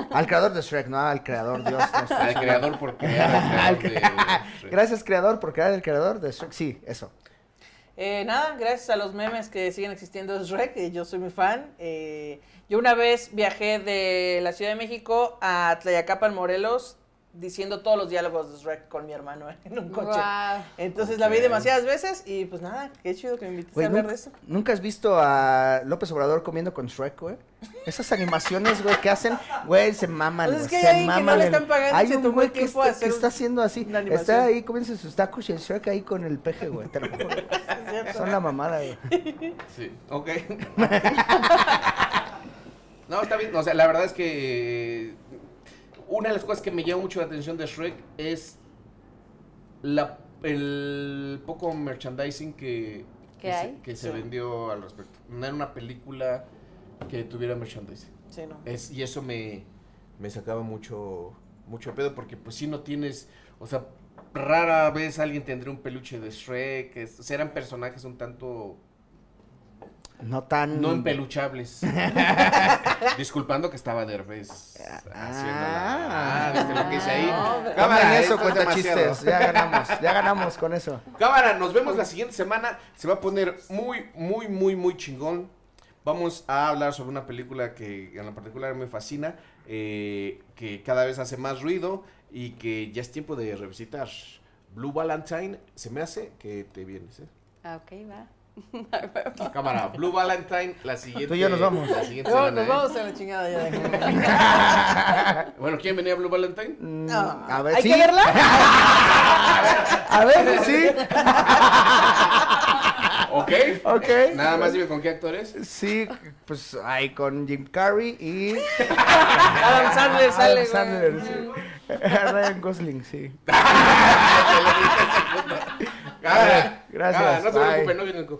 Al creador de Shrek, no al creador, Dios. nos- Al creador por crear. al creador de Shrek. Gracias, creador, por crear el creador de Shrek. Sí, eso. Eh, nada, gracias a los memes que siguen existiendo de Shrek, eh, yo soy muy fan. Eh, yo una vez viajé de la Ciudad de México a Tlayacapan, Morelos, diciendo todos los diálogos de Shrek con mi hermano en un coche. Guau. Entonces la vi Ok. demasiadas veces y pues nada, qué chido que me invitaste Güey, a hablar ¿nun- de eso. ¿Nunca has visto a López Obrador comiendo con Shrek, güey? Esas animaciones, güey, que hacen, güey, se maman, Pues es güey, que se hay alguien que no maman. le en- están pagando y Hay se un tomó güey el que, tiempo está, de que hacer está haciendo así. una animación. Está ahí comiéndose sus tacos y el Shrek ahí con el peje, güey. te lo juro, güey. Son la mamada, güey. Sí, ok. no, está bien. O sea, la verdad es que una de las cosas que me llama mucho la atención de Shrek es la, el poco merchandising que, ¿Qué que, se, hay? que se Sí. vendió al respecto. No era una película que tuviera merchandising. Sí, no. Es, y eso me, me sacaba mucho, mucho pedo porque pues si no tienes, o sea, rara vez alguien tendría un peluche de Shrek. es- o sea, eran personajes un tanto No tan. no empeluchables. Disculpando que estaba Derbez haciendo la... Ah, ¿viste lo que hice ahí? No, Cámara, Cámara, eso esto es cuenta demasiado. chistes. Ya ganamos, ya ganamos con eso. Cámara, nos vemos la siguiente semana. Se va a poner muy, muy, muy, muy chingón. Vamos a hablar sobre una película que en lo particular me fascina, eh, que cada vez hace más ruido y que ya es tiempo de revisitar. Blue Valentine, se me hace que te vienes, ¿eh? Ah, ok, va. Cámara, Blue Valentine, la siguiente. Tú y yo nos vamos. la siguiente No, semana, nos ¿eh? vamos a la chingada ya. de- Bueno, ¿quién venía a Blue Valentine? Mm, No. A ver, ¿Hay sí. que verla? A ver, sí. Ok. Ok. Nada más dime con qué actores. Sí, pues ahí con Jim Carrey y. Adam Sandler sale, Adam güey. Sandler, sí. Mm. Ryan Gosling, sí. Cámara. Gracias, Cámara, Ah, No se bye. preocupen, no vienen con.